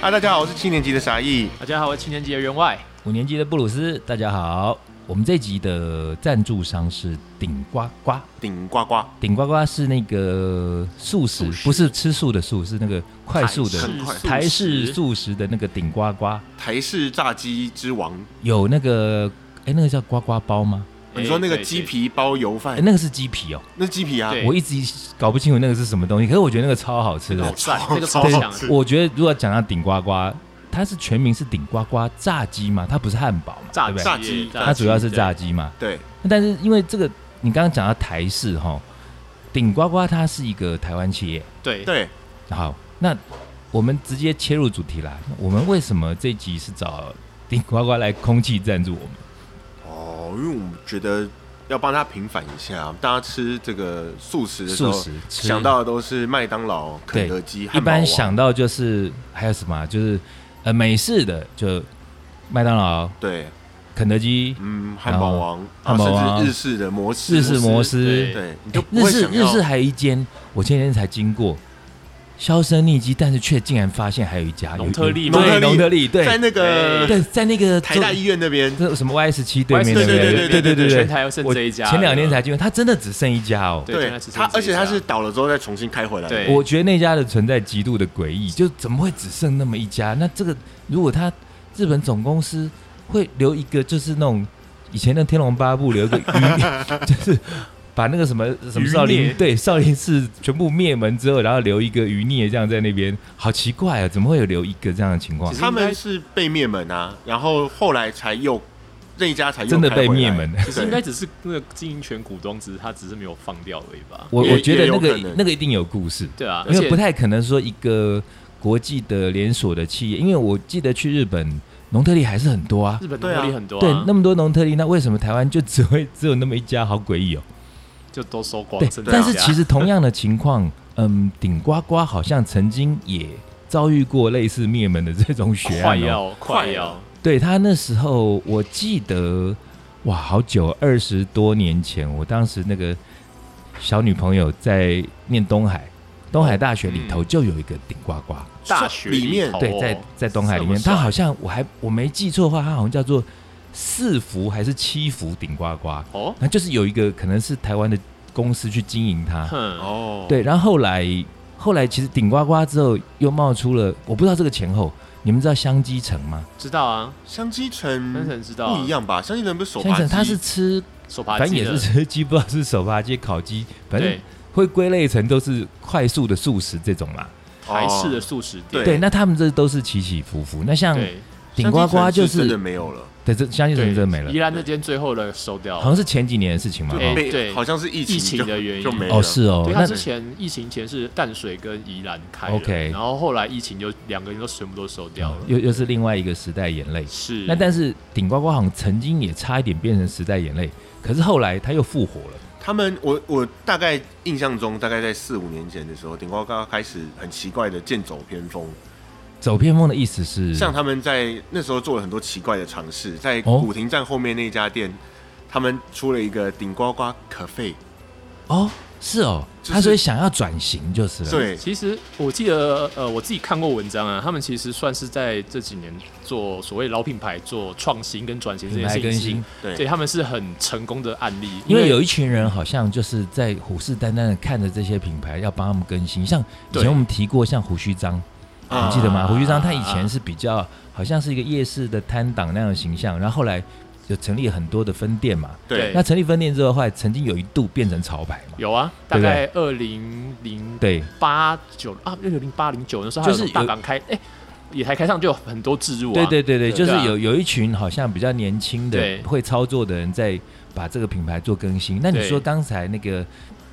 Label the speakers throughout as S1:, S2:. S1: 啊，大家好，我是七年级的傻义。
S2: 大家好，我是七年级的员外。
S3: 五年级的布鲁斯，大家好。我们这集的赞助商是顶呱呱，
S1: 顶呱呱，
S3: 顶呱呱是那个素食，
S2: 素食
S3: 不是吃素的素，是那个快速的
S1: 很快素食
S3: 台 式素食的那个顶呱呱，
S1: 台式炸鸡之王。
S3: 有那个哎，那个叫呱呱包吗？
S1: 你说那个鸡
S2: 皮。
S1: 皮包油饭
S3: 哎，，那个是鸡皮哦，
S1: 那鸡皮啊，
S2: 对
S3: 我一直搞不清楚那个是什么东西，可是我觉得那个超好吃
S2: 好
S3: 的。
S2: 赞，
S1: 超
S2: 那个超
S3: 超
S2: 强。
S3: 我觉得如果讲到顶呱呱，它是全名是顶呱呱炸鸡嘛，它不是汉堡嘛，
S2: 炸
S3: 对不对？
S1: 炸鸡
S3: 它主要是炸
S2: 鸡
S3: 鸡嘛。
S1: 对，
S3: 但是因为这个，你刚刚讲到台式哈，顶呱呱它是一个台湾企业。
S2: 对对，
S1: 对，
S3: 好，那我们直接切入主题啦。我们为什么这集是找顶呱呱来空气赞助我们？
S1: 哦，因为我们觉得要帮他平反一下，大家吃这个素食的时候，
S3: 素食吃
S1: 想到的都是麦当劳、肯
S3: 对
S1: 德基、
S3: 一
S1: 汉堡
S3: 般
S1: 王
S3: 想到就是还有什么啊、就是呃美式的就麦当劳、
S1: 对，
S3: 肯德基、
S1: 嗯，汉堡王，
S3: 哦汉堡王
S1: 然后甚至日式的摩斯，
S3: 日式摩斯
S2: 对。
S1: 对，你
S3: 诶
S1: 就不
S3: 日
S1: 会
S3: 式
S1: 想
S3: 日
S1: 要
S3: 式还有一间，我前几天才经过，销声匿迹，但是却竟然发现还有一家有
S2: 农特利
S3: 有
S2: 吗
S3: 对，
S1: 农
S3: 农
S1: 特
S3: 特利，
S1: 在
S3: 对
S1: 那个
S3: 对，在 那个
S1: 台大医院那边，
S3: 这什么 Y 十七对面
S2: Y17
S3: 那边，
S1: 对对对对
S3: 对
S1: 对
S3: 对
S2: 全，台又剩
S3: 我
S2: 这一家了。
S3: 前两天才进入，它真的只剩一家哦。
S2: 对现在只剩
S1: 他，
S2: 这
S1: 而
S2: 一
S1: 且他
S2: 家
S1: 是倒了之后再重新开回来的，
S2: 对
S3: 我觉得那家的存在极度的诡异，就怎么会只剩那么一家？那这个如果他日本总公司会留一个，就是那种以前的《天龙八部》留一个鱼，就是把那个什么什么少
S2: 余
S3: 林
S2: 孽
S3: 对少林寺全部灭门之后，然后留一个余孽这样在那边，好奇怪啊！怎么会有留一个这样的情况
S2: 其？实
S1: 他们是被灭门啊，然后后来才又那一家才又
S3: 真的
S1: 开回
S3: 被
S1: 来
S3: 灭门，
S2: 其实应该只是那个经营权股东，只是他只是没有放掉而已吧？
S3: 我
S1: 也
S3: 我觉
S1: 也
S3: 得
S1: 有
S3: 那
S1: 可能
S3: 个那个一定有故事。
S2: 对啊，而
S3: 因为
S2: 且
S3: 不太可能说一个国际的连锁的企业，因为我记得去日本农特利还是很多啊，
S2: 日本
S1: 对啊
S2: 的力很多
S3: 对
S2: 啊，，
S3: 那么多农特利，那为什么台湾就只会只有那么一家？好诡异哦。
S2: 就都收光
S3: 对，
S2: 剩这
S3: 但
S2: 一
S3: 是
S2: 家
S3: 其实同样的情况， 嗯，顶呱呱好像曾经也遭遇过类似灭门的这种血
S2: 快
S3: 案哦。
S2: 要快要
S1: 了，
S3: 对他那时候，我记得哇，好久，二十多年前，我当时那个小女朋友在念东海，东海大学
S2: 哦
S3: 里头
S2: 嗯
S3: 就有一个顶呱呱。
S2: 大学
S1: 里面
S2: 头
S3: 对，在在东海里面，
S2: 这么帅
S3: 它好像我还我没记错的话，它好像叫做四福还是七福顶呱呱，
S2: 哦，
S3: 那就是有一个可能是台湾的公司去经营它，
S2: 哼，
S1: 哦，
S3: 对，然后后来后来其实顶呱呱之后又冒出了，我不知道这个前后，你们知道香鸡城吗？
S2: 知道啊，
S1: 香鸡城
S2: 但是很知道啊
S1: 不一样吧？香鸡城不是手哦
S3: 香
S1: 扒
S3: 鸡
S1: 鸡，
S3: 城它是吃，
S2: 手扒
S3: 反正
S2: 鸡
S3: 也
S2: 的
S3: 是吃鸡，不知道是手扒鸡、烤鸡，反正
S2: 对
S3: 会归类成都是快速的素食这种啦。
S2: 台式
S1: 哦
S2: 的素食店，
S3: 对，那他们这都是起起伏伏。那像
S2: 对
S3: 顶呱呱就
S1: 香鸡城真的
S3: 是，
S1: 没有了，
S3: 对，这香鸡城
S2: 对，
S3: 真的没了
S2: 宜。兰那间最后的收掉，
S3: 好像是前几年的事情嘛。
S1: 就
S2: 对
S3: 哦
S1: 被
S2: 对
S1: 好像是疫情
S2: 疫情
S1: 就
S2: 的原因
S1: 就没了。
S3: 哦，是哦，
S2: 对他
S3: 那
S2: 之前疫情前是淡水跟宜兰开了
S3: OK
S2: 然后后来疫情就两个人都全部都收掉了。
S3: 又又是另外一个时代眼泪。
S2: 是，
S3: 那但是顶呱呱好像曾经也差一点变成时代眼泪，可是后来他又复活了。
S1: 他们，我我大概印象中，大概在四五年前的时候，顶呱呱开始很奇怪的剑走偏锋，
S3: 走偏锋的意思是，
S1: 像他们在那时候做了很多奇怪的尝试，在
S3: 哦
S1: 古亭站后面那家店，他们出了一个顶呱呱可费，
S3: 哦，是哦，
S1: 就是
S3: 他所以想要转型就是了。
S1: 对，
S2: 其实我记得，呃，我自己看过文章啊，他们其实算是在这几年做所谓老品牌做创新跟转型这件
S3: 品牌
S2: 事情是，
S3: 更新，
S1: 对
S2: 对他们是很成功的案例，
S3: 因为有一群人好像就是在虎视眈眈的看着这些品牌要帮他们更新，像以
S2: 对
S3: 前我们提过，像胡须章，
S1: 啊
S3: 你记得吗？胡须章他以
S2: 啊
S3: 前是比较好像是一个夜市的摊档那样的形象，然后后来就成立很多的分店嘛，
S1: 对
S3: 那成立分店之后，后来曾经有一度变成潮牌嘛？
S2: 有啊，大
S3: 对不
S2: 概
S3: 对
S2: 二零零
S3: 对，
S2: 八九啊，二零八零九的时候，
S3: 就
S2: 还
S3: 是
S2: 有
S3: 有
S2: 大港开，哎、也台开上就有很多置入啊，
S3: 对对对对，就是
S2: 对啊
S3: 有有一群好像比较年轻
S2: 对
S3: 的会操作的人在把这个品牌做更新。那你
S2: 对
S3: 说刚才那个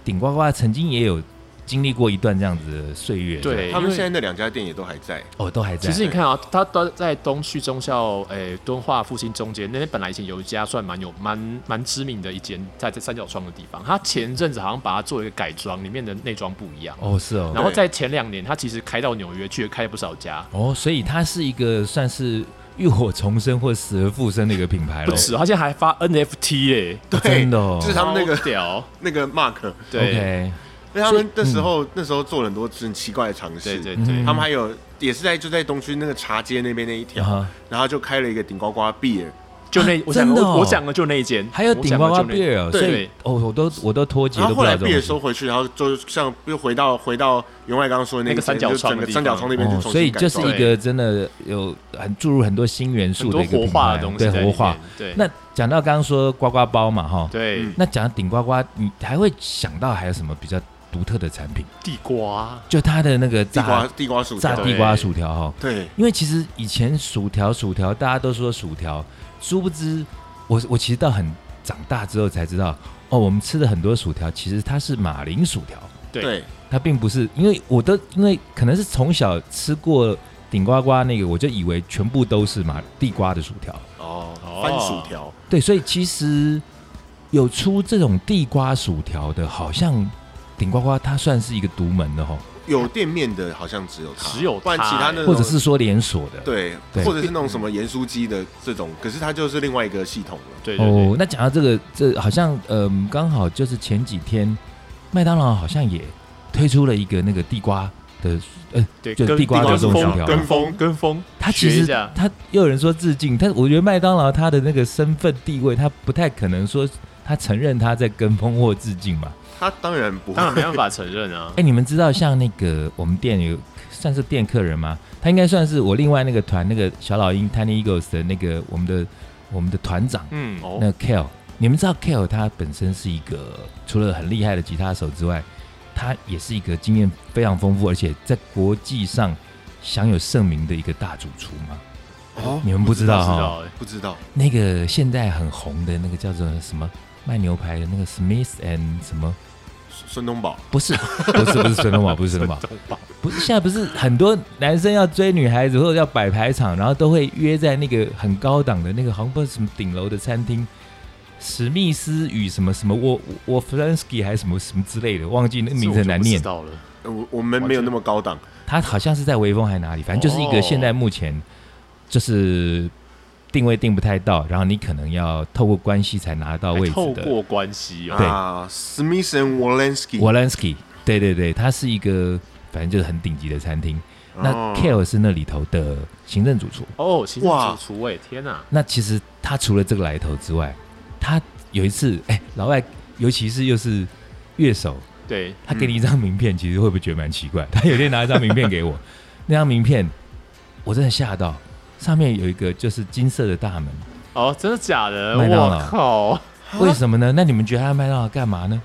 S3: 顶呱呱曾经也有经历过一段这样子的岁月。
S2: 对
S1: 他们
S2: 因为
S1: 现在那两家店也都还在，
S3: 哦，都还在。
S2: 其实你看啊，它都在东区中校，诶、敦化复兴中间那边，本来以前有一家算蛮有蛮蛮知名的一间，在在三角窗的地方。它前阵子好像把它做了一个改装，里面的内装不一样。
S3: 哦，是哦，
S2: 然后在前两年，它其实开到纽约去，开了不少家，
S3: 哦，所以它是一个算是浴火重生或死而复生的一个品牌
S2: 不
S3: 喽。
S2: 止，它现在还发 NFT 哎、
S3: 哦真的哦
S1: 对就是他们那个
S2: 超屌，
S1: 那个 Mark，
S2: 对
S3: OK，
S1: 因为他们那时候那时候做了很多很奇怪的尝
S2: 对
S1: 试，
S2: 对
S3: 嗯
S2: 对，
S1: 他们还有也是在就在东区那个茶街那边那一条
S3: 啊哈，
S1: 然后就开了一个顶呱呱 beer，
S2: 就那我讲
S3: 真的哦
S2: 我我讲的就那一间，
S3: 还有顶呱呱 b e
S2: r
S3: e 所以
S2: 对，
S3: 哦，我都我都脱节，
S1: 然
S3: 都
S1: 后
S3: 不
S1: 啊后来
S3: 知道这
S1: beer
S3: 种
S1: 收回去，然后就像又回到回到员外刚刚说的
S2: 那
S1: 个
S2: 个三角
S1: 就
S2: 窗
S1: 整个
S2: 的地
S1: 三角
S2: 方
S1: 窗那边就重新
S3: 哦所以
S1: 改
S3: 就是
S1: 装
S3: 一个真的有很注入很多新元
S2: 很
S3: 素的
S2: 多
S3: 一个
S2: 活
S3: 品
S2: 化
S3: 牌
S2: 的东，西在里
S3: 对，活
S2: 面
S3: 化。，
S2: 对
S3: 那讲到刚刚说呱呱包嘛，哈，
S2: 对
S1: 嗯
S3: 那讲到顶呱呱，你还会想到还有什么比较独特的产品？
S2: 地瓜，
S3: 就它的那个
S1: 地瓜
S3: 炸
S1: 地瓜薯
S3: 炸
S1: 条，
S3: 地瓜薯条哈，
S1: 对，
S3: 因为其实以前薯条薯条大家都说薯条，殊不知我我其实到很长大之后才知道，哦，我们吃的很多薯条其实它是马铃薯条，
S2: 对
S1: 对，
S3: 它并不是因为我都因为可能是从小吃过顶呱呱那个，我就以为全部都是马地瓜的薯条，
S1: 哦
S2: 哦
S1: 番薯条，
S3: 对，所以其实有出这种地瓜薯条的，好像顶呱呱它算是一个独门的哈，
S1: 有店面的好像只有它，
S2: 只有
S1: 不然
S2: 它
S1: 其他那种
S3: 或者是说连锁的，
S1: 对，
S3: 对
S1: 或者是那种什么盐酥鸡的这种，可是它就是另外一个系统了。
S2: 对对对
S3: 哦，那讲到这个，这好像嗯，刚好就是前几天，麦当劳好像也推出了一个那个地瓜的，呃，
S2: 对，
S3: 就
S2: 跟
S3: 地瓜
S1: 的这种薯条
S2: 跟风跟风，
S3: 它其
S2: 学一
S3: 实
S2: 下
S3: 它也有人说致敬，但我觉得麦当劳它的那个身份地位，它不太可能说它承认它在跟风或致敬嘛。
S1: 它当然不
S2: 当然没
S1: 会，
S2: 办法承认啊
S3: 哎、。你们知道像那个我们店有算是店客人吗？他应该算是我另外那个团那个小老鹰 Tiny Eagles 的那个我们的我们的团长。
S2: 嗯，哦，
S3: 那 Kell，你们知道 Kell 他本身是一个除了很厉害的吉他手之外，他也是一个经验非常丰富，而且在国际上享有盛名的一个大主厨吗？
S1: 哦
S3: 你们不知道
S2: 知
S3: 哈？啊
S2: 道哎，
S1: 不知道
S3: 那个现在很红的那个叫做什么卖牛排的那个 Smith and 什么？
S1: 孙孙东宝
S3: 不是，不是，不是孙东宝，不是孙东宝，不是现在不是很多男生要追女孩子或者要摆排场，然后都会约在那个很高档的那个好像不知道什么顶楼的餐厅，史密斯与什么什么沃沃弗兰斯基还是什么什么之类的，忘记那个名字很难念
S2: 这。我就不知道了，
S1: 呃我我们没有那么高档，
S3: 他好像是在微风还哪里，反正就是一个
S2: 哦
S3: 现在目前就是定位定不太到，然后你可能要透过关系才拿到位
S2: 还
S3: 置
S2: 透
S3: 的。
S2: 过关系哦
S3: 对
S1: 啊，Smith and Walensky，
S3: w a l a n s k y 对对对，它是一个反正就是很顶级的餐厅。那
S1: 哦
S3: Kale 是那里头的行政主厨。
S2: 哦，其实
S1: 哇
S2: 主厨位，天哪，
S3: 那其实他除了这个来头之外，他有一次，哎、老外，尤其是又是乐手，
S2: 对，
S3: 他给你一张名片，其实会不会觉得蛮奇怪？他有一天拿一张名片给我，那张名片我真的吓到，上面有一个就是金色的大门，
S2: 哦，真的假的？
S3: 麦当劳
S2: 我靠，
S3: 为什么呢？那你们觉得他麦当劳干嘛呢？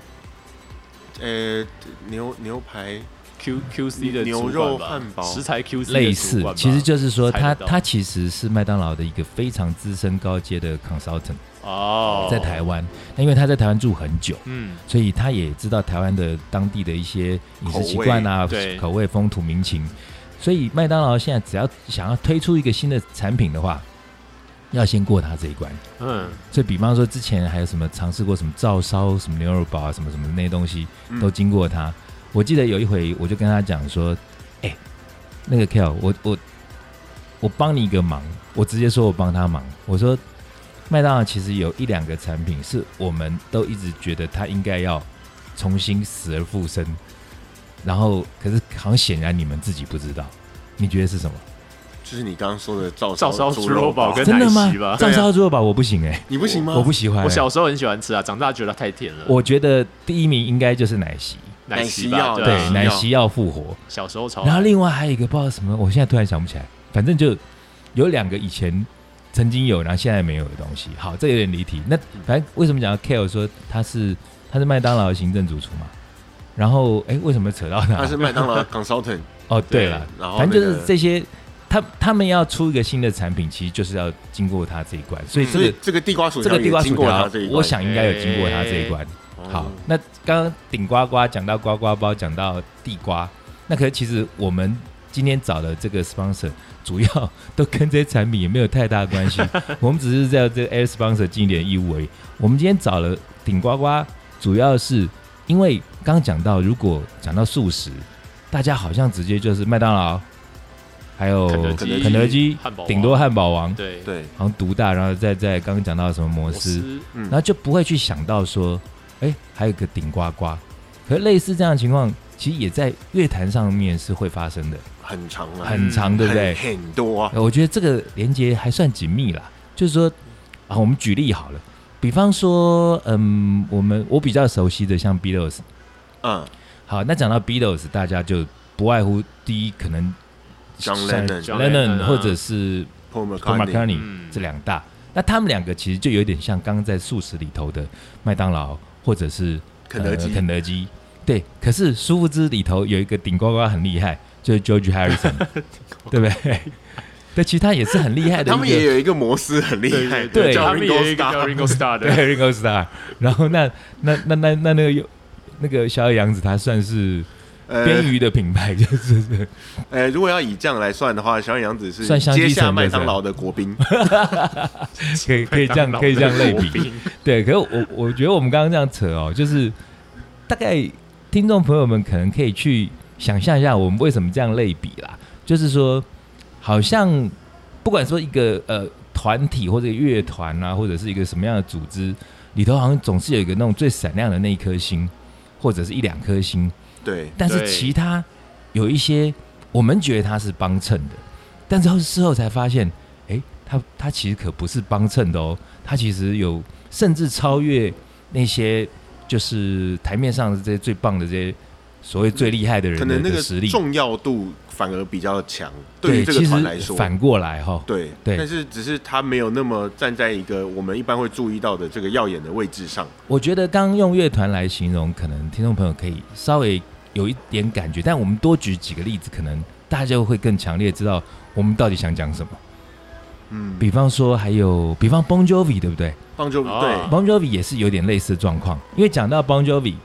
S1: 呃，牛牛排
S2: Q Q C 的
S1: 牛
S2: 主管
S1: 肉
S2: 吧
S1: 汉堡
S2: 食材 Q C
S3: 类似，其实就是说
S2: 猜
S3: 他
S2: 得到
S3: 他其实是麦当劳的一个非常资深高阶的 consultant，
S2: 哦，
S3: 在台，湾，那因为他在台湾住很久。
S2: 嗯，
S3: 所以他也知道台湾的当地的一些饮食习惯啊、
S2: 口味对
S3: 口味、风土民情。所以麦当劳现在只要想要推出一个新的产品的话，要先过他这一关。
S2: 嗯，
S3: 所以，比方说之前还有什么尝试过什么照烧、什么牛肉堡啊、什么什么那些东西，
S1: 嗯
S3: 都经过他。我记得有一回，我就跟他讲说：“哎、那个 Kell，我我我帮你一个忙，我直接说我帮他忙。我说麦当劳其实有一两个产品是我们都一直觉得它应该要重新死而复生，然后可是好像显然你们自己不知道，你觉得是什么？
S1: 就是你刚刚说的照
S2: 照烧猪肉堡
S1: 堡
S2: 跟
S3: 真的
S2: 奶
S3: 吗
S2: 昔吧？啊
S3: 照烧猪肉堡我不行哎、
S1: 你不行吗？
S3: 我不喜欢、
S2: 我小时候很喜欢吃啊，长大觉得太甜了，
S3: 我觉得第一名应该就是奶昔，
S2: 奶昔
S1: 奶昔要哦
S2: 吧，
S1: 对
S3: 对，
S2: 啊
S3: 奶昔要复活。
S2: 小时候超爱，
S3: 然后另外还有一个不知道什么，我现在突然想不起来，反正就有两个以前曾经有，然后现在没有的东西。好，这有点离题。那
S1: 嗯
S3: 反正为什么讲到 Kale 说他是他是麦当劳的行政主厨嘛？然后哎，为什么扯到
S1: 他
S3: 他？
S1: 是麦当劳的 consultant，
S3: 哦，对了，
S1: 然后
S3: 反正就
S1: 那
S3: 是
S1: 个
S3: 这些，他他们要出一个新的产品，其实就是要经过他这一关，所以这
S1: 所
S3: 个、
S1: 嗯以这个地瓜薯
S3: 这
S1: 条
S3: 个地
S1: 也
S3: 瓜
S1: 经
S3: 薯
S1: 过他
S3: 条
S1: 这一，关，
S3: 我想应该有经过他这一关。
S1: 哦
S3: 好，那刚刚顶呱呱讲到呱呱包，讲到地瓜，那可是其实我们今天找的这个 sponsor 主要都跟这些产品也没有太大的关 系，我们只是在这个 air sponsor 尽一点义务而已。我们今天找了顶呱呱，主要是因为刚刚讲到，如果讲到素食，大家好像直接就是麦当劳，还有
S2: 肯德基
S3: 肯德基
S2: 汉堡王
S3: 顶多汉堡王，
S2: 对，
S1: 对，
S3: 好像独大，然后再再刚刚讲到什么摩
S2: 我
S3: 斯，
S2: 是
S1: 嗯
S3: 然后就不会去想到说，哎，还有一个顶呱呱。可是类似这样的情况，其实也在乐坛上面是会发生的，
S1: 很长啊，
S3: 很长，对不对？
S1: 很很多啊，
S3: 呃我觉得这个连接还算紧密啦。就是说，啊，我们举例好了，比方说，嗯，我们我比较熟悉的像 Beatles，
S1: 嗯
S3: 好，那讲到 Beatles，大家就不外乎第一可能
S1: John
S3: 像
S1: Lennon 嗯
S2: John Lennon
S3: Lennon
S2: 啊
S3: 或者是
S1: ，Paul
S3: Paul
S1: McCartney，
S3: McCartney
S2: 嗯
S3: 这两大。那他们两个其实就有点像刚刚在素食里头的麦当劳或者是
S1: 肯德
S3: 呃
S1: 基
S3: 肯，德基。对，可是殊不知里头有一个顶呱呱很厉害，就是 George Harrison，对不对？ 对，其实他也是很厉害的一个。
S1: 他们也 有一个摩斯很厉害，
S3: 对
S1: 叫
S2: 他们也
S1: Ringo
S2: 有一个
S1: Starr
S2: 叫 Ringo Starr 的，
S3: 对 Ringo Starr。然后那那那那那那个有那个小野洋子，他算是
S1: 呃
S3: 边鱼的品牌，就是是
S1: 呃，如果要以这样来算的话，小野洋子是
S3: 算相继
S1: 接下
S3: 成的
S1: 麦当劳的国 宾，
S3: 可以可以 这样可以这样类比。对，可是我我觉得我们刚刚这样扯哦，就是大概听众朋友们可能可以去想象一下，我们为什么这样类比啦？就是说，好像不管说一个呃团体或者乐团啊，或者是一个什么样的组织里头，好像总是有一个那种最闪亮的那一颗星，或者是一两颗星，
S1: 对，
S3: 但是
S2: 对
S3: 其他有一些我们觉得它是帮衬的，但是后事后才发现，诶，它它其实可不是帮衬的哦，它其实有甚至超越那些就是台面上的这些最棒的这些所谓最厉害的人
S1: 可
S3: 的
S1: 能那
S3: 的
S1: 个
S3: 实力。
S1: 重要度反而比较强，对于这个
S3: 其
S1: 团
S3: 实
S1: 来说，
S3: 反过来哈、
S1: 对，
S3: 对
S1: 但是只是他没有那么站在一个我们一般会注意到的这个耀眼的位置上，
S3: 我觉得刚用乐团来形容，可能听众朋友可以稍微有一点感觉，但我们多举几个例子，可能大家会更强烈知道我们到底想讲什么。
S1: 嗯，
S3: 比哦方说，还有比方 Bon Jovi，对不对
S1: 棒球
S2: 啊
S1: 对，
S3: ？Bon Jovi 也是有点类似的状况，因为讲到 Bon Jovi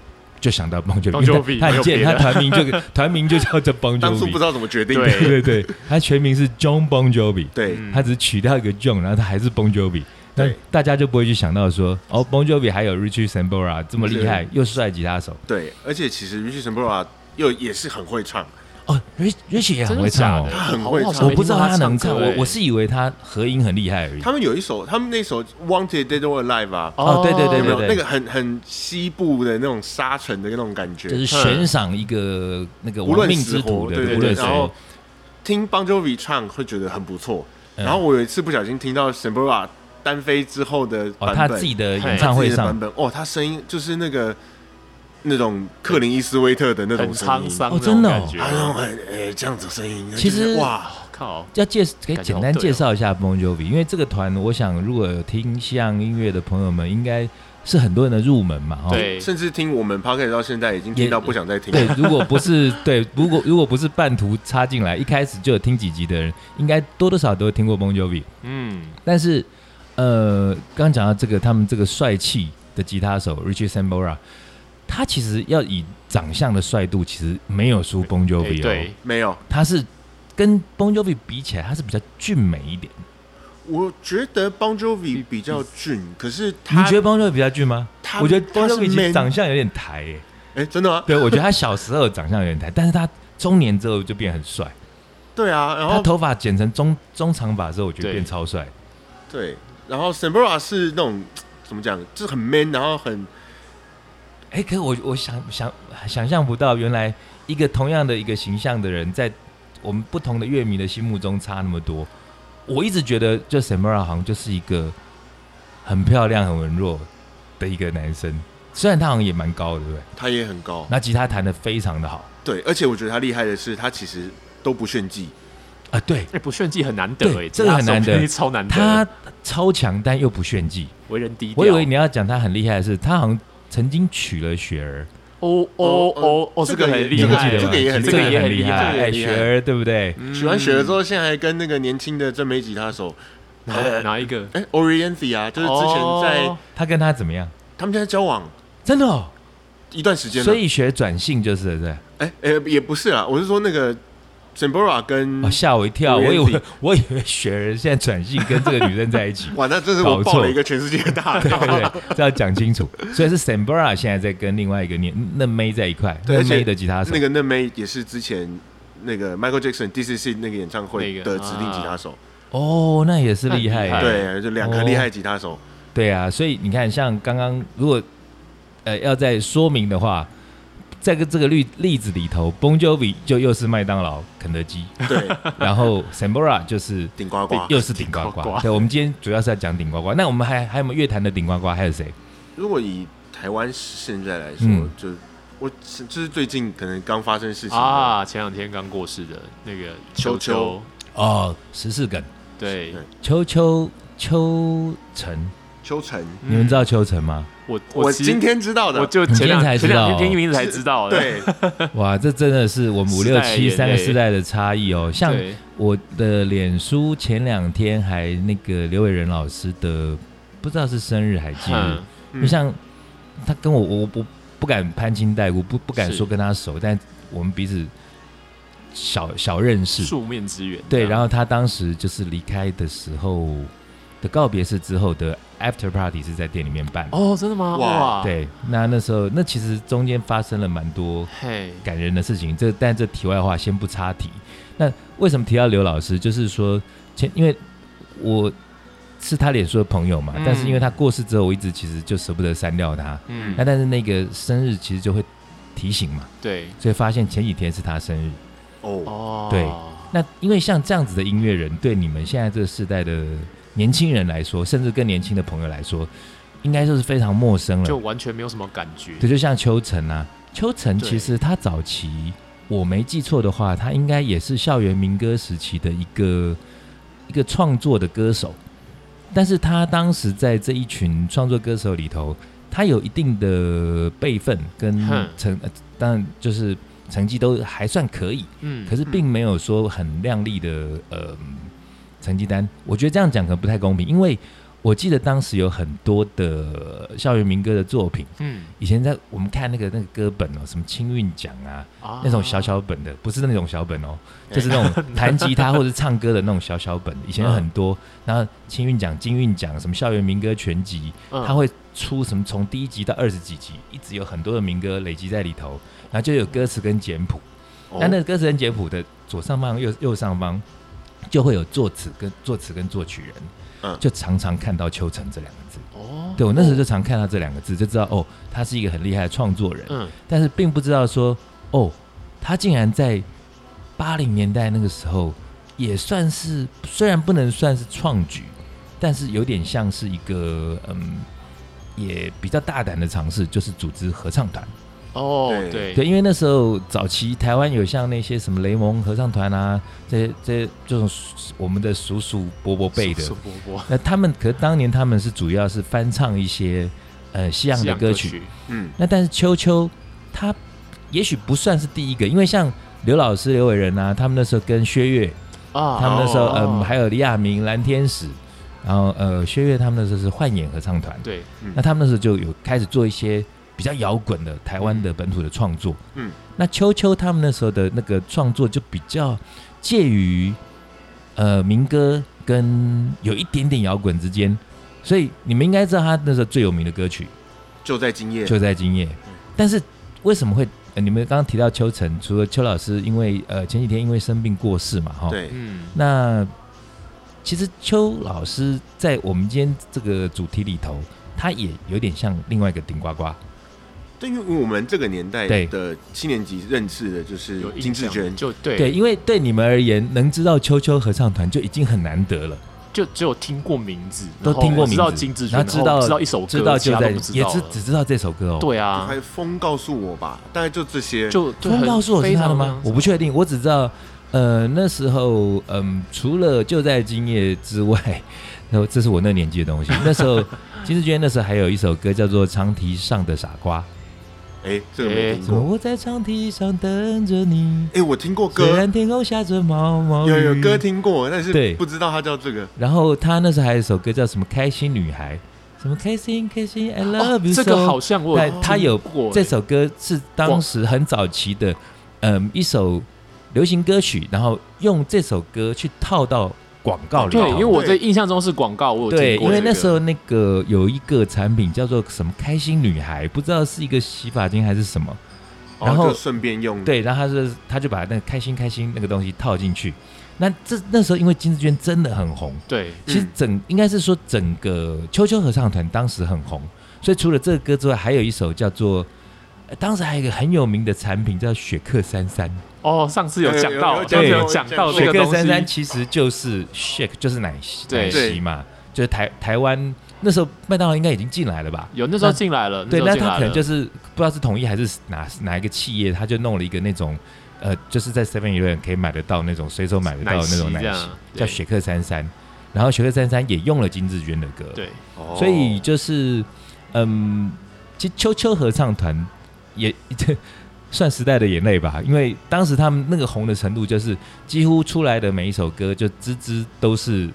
S3: 就想到 Bon Jovi，
S2: Bon
S3: 因为
S2: Jovi，
S3: 他他很
S2: 没有
S3: 贱，
S2: 别
S3: 他
S2: 的
S3: 团名就 团名就叫做 Bon
S1: 当初不知
S3: Jovi，
S1: 道怎么决定的，
S2: 对
S3: 对对对，他全名是 John Bon Jovi，
S1: 对，
S2: 嗯
S3: 他只取掉一个 John，然后他还是 Bon Jovi。那
S1: 对
S3: 大家就不会去想到说，哦，Bon Jovi 还有 Richie Sambora 这么厉害
S1: 是
S3: 又帅吉他手
S1: 对，而且其实 Richie s a m b o r a 又也是很会唱，
S3: 哦，Rich Richie 也很会唱哦
S2: 真的假的，
S1: 很会唱
S2: 好
S3: 我不知道他能
S2: 没听
S3: 唱，欸
S2: 过他
S3: 我
S2: 歌欸
S3: 我是以为他合音很厉害而已。
S1: 他们有一首，他们那首 Wanted Dead or Alive 啊，
S3: 哦对对对
S1: 有没
S3: 对
S1: 有
S3: 对
S1: 那个很很西部的那种沙尘的那种感觉，
S3: 就是悬赏一个那个
S1: 嗯无
S3: 亡
S1: 论
S3: 命
S1: 死
S3: 之徒
S1: 活，
S3: 的，
S1: 对对
S3: 无
S1: 对，
S3: 论谁
S1: 然后听 Bon Jovi 唱会觉得很不错。
S3: 嗯
S1: 然后我有一次不小心听到 s a m b o r a 单飞之后的版本，
S3: 哦，他自己的演唱会
S1: 自己的
S3: 上
S1: 版，本，哦，他声音就是那个那种克林伊斯威特的那
S2: 很
S1: 种声
S2: 沧
S1: 音，
S2: 桑
S3: 哦
S2: 那种
S3: 真的哦
S2: 感觉
S1: 啊，那种很诶这样子的声音，
S3: 其实
S1: 就是哇，
S2: 靠，
S3: 要介可
S2: 感
S3: 以
S2: 觉
S3: 简
S2: 好
S3: 单
S2: 对
S3: 介
S2: 哦
S3: 绍一下 Bon Jovi，因为这个团，我想如果有听西洋音乐的朋友们，应该是很多人的入门嘛，哦。
S2: 对
S1: 甚至听我们 p o c k e t 到现在已经听到不想再听，
S3: 对，如果不是对，如果如果不是半途插进来，一开始就有听几集的人，应该多多少少都会听过 Bon Jovi。
S2: 嗯，
S3: 但是，呃，刚刚讲到这个，他们这个帅气的吉他手 Richie Sambora，他其实要以长相的帅度，其实没有输 Bon
S2: 哎
S3: Jovi 哦。
S2: 对，
S1: 没有，
S3: 他是跟 Bon Jovi 比起来，他是比较俊美一点。
S1: 我觉得 Bon Jovi 比较俊，可是
S3: 你
S1: 他
S3: 觉得 Bon Jovi 比较俊吗
S1: 他？
S3: 我觉得
S1: 他
S3: Bon
S1: 就
S3: Jovi 其实
S1: man
S3: 长相有点抬、欸，
S1: 哎，真的吗？
S3: 对我觉得他小时候长相有点抬，但是他中年之后就变很帅。
S1: 对啊， 然
S3: 他
S1: 后
S3: 头发剪成中中长发之后，我觉得
S2: 对
S3: 变超帅。
S1: 对，然后 s a m b o r a 是那种怎么讲，就是很 man，然后很
S3: 哎、可是我我想想想象不到，原来一个同样的一个形象的人，在我们不同的乐迷的心目中差那么多。我一直觉得，就 Samara 好像就是一个很漂亮、很文弱的一个男生，虽然他好像也蛮高的，对不对？
S1: 他也很高，
S3: 那吉他弹的非常的好
S1: 对，而且我觉得他厉害的是，他其实都不炫技，
S3: 啊，对
S2: 哎，不炫技很难得
S3: 对
S2: 哎，
S3: 这个很难得
S2: 这个 超难得，
S3: 他超强，但又不炫技。
S2: 为人低调。
S3: 我以为你要讲他很厉害的是，他好像曾经娶了雪儿，
S2: 哦哦哦哦，
S1: 这
S2: 这
S1: 个
S2: 个
S1: 也
S2: 很厉
S3: 你们
S1: 这
S3: 记
S2: 害，
S3: 得吗
S1: 这个也很
S3: 其实
S2: 这个也
S3: 很
S2: 很
S3: 厉
S2: 厉害
S1: 这个也
S3: 哎，
S1: 很厉
S3: 雪
S1: 害嗯
S3: 儿对不对？
S1: 喜欢学了之后，现在还跟那个年轻的正美吉他手，啊
S2: 哪哪一个？
S1: 哎，Orientia，就是之前在
S2: 哦
S3: 他跟他怎么样？
S1: 他们现在交往，
S3: 真的、哦，
S1: 一段时间了。
S3: 所以学转性就是哦了对不
S1: 哎哎、也不是啦，我是说那个 Sambora 跟
S3: 对，哦吓我一跳，我以
S1: Oriental，
S3: 为 我以为雪人现在转性跟这个女生在一起
S1: 哇，那真是我
S3: 搞
S1: 爆
S3: 错
S1: 了一个全世界的大
S3: 对不
S1: 料。
S3: 对？这要讲清楚。所以是 Sambora 现在在跟另外一个念嫩妹在一块，
S1: 而
S3: 嫩
S1: 且
S3: 妹的吉他手
S1: 那，个嫩妹也是之前那个 Michael Jackson DCC 那个演唱会
S2: 那个
S1: 的指定吉他手，
S3: 哦，那也是厉害
S2: 那啊很厉害
S3: 耶，
S1: 对，就两个很厉害的吉他手。
S3: 对啊，所以你看，像刚刚如果呃要再说明的话，在个这个例例子里头，Bon Jovi 就又是麦当劳、肯德 基，
S1: 对，
S3: 然后 Sambora 就是
S1: 顶呱呱。
S3: 又是顶呱
S2: 顶
S3: 呱。
S2: 呱呱
S3: 对，我们今天主要是要讲顶呱呱。那我们还还有没有乐坛的顶呱呱？还有谁？
S1: 如果以台湾现在来说，
S3: 嗯
S1: 就我就是最近可能刚发生事情啊，
S2: 啊，前两天刚过世的那个
S1: 秋秋
S2: 秋秋，
S3: 哦，十四梗，
S2: 对，
S1: 对
S3: 秋秋秋晨，
S1: 秋晨，
S2: 嗯
S3: 你们知道秋 晨吗？
S2: 我
S1: 我
S2: 其实
S1: 今天知道的，
S2: 我就
S3: 你今
S2: 前
S3: 天
S2: 两
S3: 才知
S2: 前
S3: 道
S2: 两
S3: 哦
S2: 天听英文才知道的，
S1: 对，
S3: 哇，这真的是我们五
S2: 世
S3: 六
S2: 代的
S3: 七
S2: 眼
S3: 三个
S2: 泪
S3: 世代的差异哦。 像
S2: 对
S3: 我的脸书前两天还那个刘伟仁老师的，不知道是生日还忌日
S2: 嗯，
S3: 就像他跟我，我我不敢攀亲带故，不不敢
S2: 是
S3: 说跟他熟，但我们彼此小小认识，
S2: 素面之缘，
S3: 对，然
S2: 后
S3: 后他当时就是离开的时候的告别式之后的 after party 是在店里面办的。
S2: 哦，真的吗？
S1: 哇
S2: 哇，，
S3: 对，那那时候那其实中间发生了蛮多
S2: 嘿，
S3: 感人的事情，这但这题外话先不插题。那为什么提到刘老师？就是说前因为我是他脸书的朋友嘛，
S2: 嗯
S3: 但是因为他过世之后，我一直其实就舍不得删掉他。
S2: 嗯
S3: 那，但是那个生日其实就会提醒嘛，
S2: 对，
S3: 所以发现前几天是他生日。
S1: 哦，
S2: 哦，
S3: 对那因为像这样子的音乐人，对你们现在这个世代的年轻人来说，甚至更年轻的朋友来说，应该就是非常陌生
S2: 就
S3: 了。
S2: 完全没有什么感觉，
S3: 对，就像秋晨啊，秋晨
S2: 对
S3: 其实他早期我没记错的话，他应该也是校园民歌时期的一个一个创作的歌手，但是他当时在这一群创作歌手里头，他有一定的辈分跟
S2: 哼
S3: 成，呃当然就是成绩都还算可以。
S2: 嗯，
S3: 可是并没有说很亮丽的呃成绩单。我觉得这样讲可能不太公平，因为我记得当时有很多的校园民歌的作品，
S2: 嗯
S3: 以前在我们看那个那个歌本哦，什么青韵奖啊，
S2: 啊
S3: 那种小小本的，不是那种小本哦，就是那种弹吉他或者唱歌的那种小小本，以前很多。然后青韵奖、金韵奖，什么校园民歌全集，
S2: 嗯
S3: 它会出什么从第一集到二十几集，一直有很多的民歌累积在里头，然后就有歌词跟简谱。
S1: 哦
S3: 但那个歌词很简谱的左上方、右右上方就会有作词跟作词跟作曲人，
S1: 嗯
S3: 就常常看到秋成这两个字。
S2: 哦，
S3: 对我那时候就常看到这两个字，就知道哦，他是一个很厉害的创作人，
S2: 嗯
S3: 但是并不知道说哦，他竟然在八零年代那个时候也算是，虽然不能算是创举，但是有点像是一个嗯。也比较大胆的尝试，就是组织合唱团。
S2: 哦
S1: 对，
S2: 对
S3: 对，因为那时候早期台湾有像那些什么雷蒙合唱团啊，这些这些这种我们的叔叔伯伯辈的，
S2: 苏伯伯
S3: 那他们可当年他们是主要是翻唱一些呃西洋
S2: 西
S3: 的
S2: 洋
S3: 歌
S2: 歌
S3: 曲，，
S1: 嗯，
S3: 那但是秋秋他也许不算是第一个，因为像刘老师、刘伟仁啊，他们那时候跟薛岳，
S2: 啊，
S3: 他们那时候、
S2: 哦
S3: 嗯还有李亚明、蓝天使，然后呃薛岳他们那时候是幻演合唱团，
S2: 对，
S3: 那他们那时候就有开始做一些比较摇滚的台湾的本土的创作。
S1: 嗯，
S3: 那秋秋他们那时候的那个创作就比较介于呃民歌跟有一点点摇滚之间，所以你们应该知道他那时候最有名的歌曲
S1: 就在今夜
S3: 《就在今夜》，但是为什么会？呃你们刚刚提到秋晨，除了邱老师，因为呃前几天因为生病过世嘛，哈，
S1: 对，
S2: 嗯，
S3: 那其实邱老师在我们今天这个主题里头，他也有点像另外一个顶呱呱，
S1: 对，因为我们这个年代
S3: 对
S1: 的七年级认识的就是
S2: 有印
S1: 金志
S2: 象
S1: 娟，
S2: 就对
S3: 对，因为对你们而言，能知道秋秋合唱团就已经很难得了，
S2: 就只有听过名字，
S3: 都
S2: 然后
S3: 听过名
S2: 知
S3: 字
S2: 道，金志
S3: 然
S2: 娟，
S3: 后知道
S2: 知道一首歌，
S3: 知道
S2: 其
S3: 就
S2: 他
S3: 在
S2: 都不知
S3: 也
S2: 道
S3: 只
S2: 了
S3: 只知道这首歌哦。，
S2: 对啊，
S1: 还风告诉我吧，大概就这些。
S2: 就
S3: 风告诉我是他的吗？我不确定，我只知道，呃，那时候，嗯，除了就在今夜之外，然后这是我那年纪的东西。那时候金志娟那时候还有一首歌叫做《长堤上的傻瓜
S2: 嗯
S1: 哎，这个没听》，
S3: 什么
S1: 过。
S3: 我在长堤上等着你。
S1: 哎，我听过
S3: 虽
S1: 歌，
S3: 然天空下着毛毛雨，
S1: 有有歌听过，但是
S3: 对
S1: 不知道它叫这个。
S3: 然后他那时候还有一首歌叫什么《开心女孩》，什么开心开心，I
S2: 哦
S3: love you
S2: 这
S3: so。
S2: 个好像我
S3: 对，他有
S2: 听过
S3: 这
S2: 欸
S3: 首歌是当时很早期的，嗯，一首流行歌曲，然后用这首歌去套到广告里头。
S2: 哦对，因为我在印象中是广告，我有
S3: 啊
S2: 听
S3: 对，因
S2: 过这个。
S3: 为那时候那个有一个产品叫做什么“开心女孩”，不知道是一个洗发精还是什么。
S2: 哦
S3: 然后
S1: 哦就顺便用，
S3: 对，然后他是他就把那个“开心开心”那个东西套进去。那这那时候因为金志娟真的很红，
S2: 对
S3: 其实
S1: 嗯
S3: 整、应该是说整个秋秋合唱团当时很红，所以除了这个歌之外，还有一首叫做。呃当时还有一个很有名的产品叫雪克三三，
S2: 哦，上次有
S1: 有
S2: 讲
S1: 有
S2: 到，
S1: 有
S2: 上次
S3: 讲
S2: 有
S1: 过
S2: 讲到
S1: 有
S2: 这
S3: 雪
S2: 个
S3: 克
S2: 东
S3: 三三
S2: 西，
S3: 其实就是 shake，就是奶昔
S2: 对
S3: 奶昔嘛，就是台台湾那时候麦当劳应该已经进来了吧？
S2: 有那时候
S3: 那
S2: 进来了，
S3: 对，
S2: 那时
S3: 那
S2: 候嗯进
S3: 他
S2: 来
S3: 可能
S2: 了，
S3: 就是不知道是统一还是哪哪一个企业，他就弄了一个那种呃，就是在 Seven Eleven 可以买得到那种随手买得到的那种
S2: 奶昔这
S3: 奶昔
S2: 样，
S3: 叫
S2: 对
S3: 雪克三三。然后雪克三三也用了金志娟的歌，，
S2: 对
S1: 哦
S3: 所以就是嗯，其实秋秋合唱团也 这算时代的眼泪吧，因为当时他们那个红的程度，就是几乎出来的每一首歌就支支都是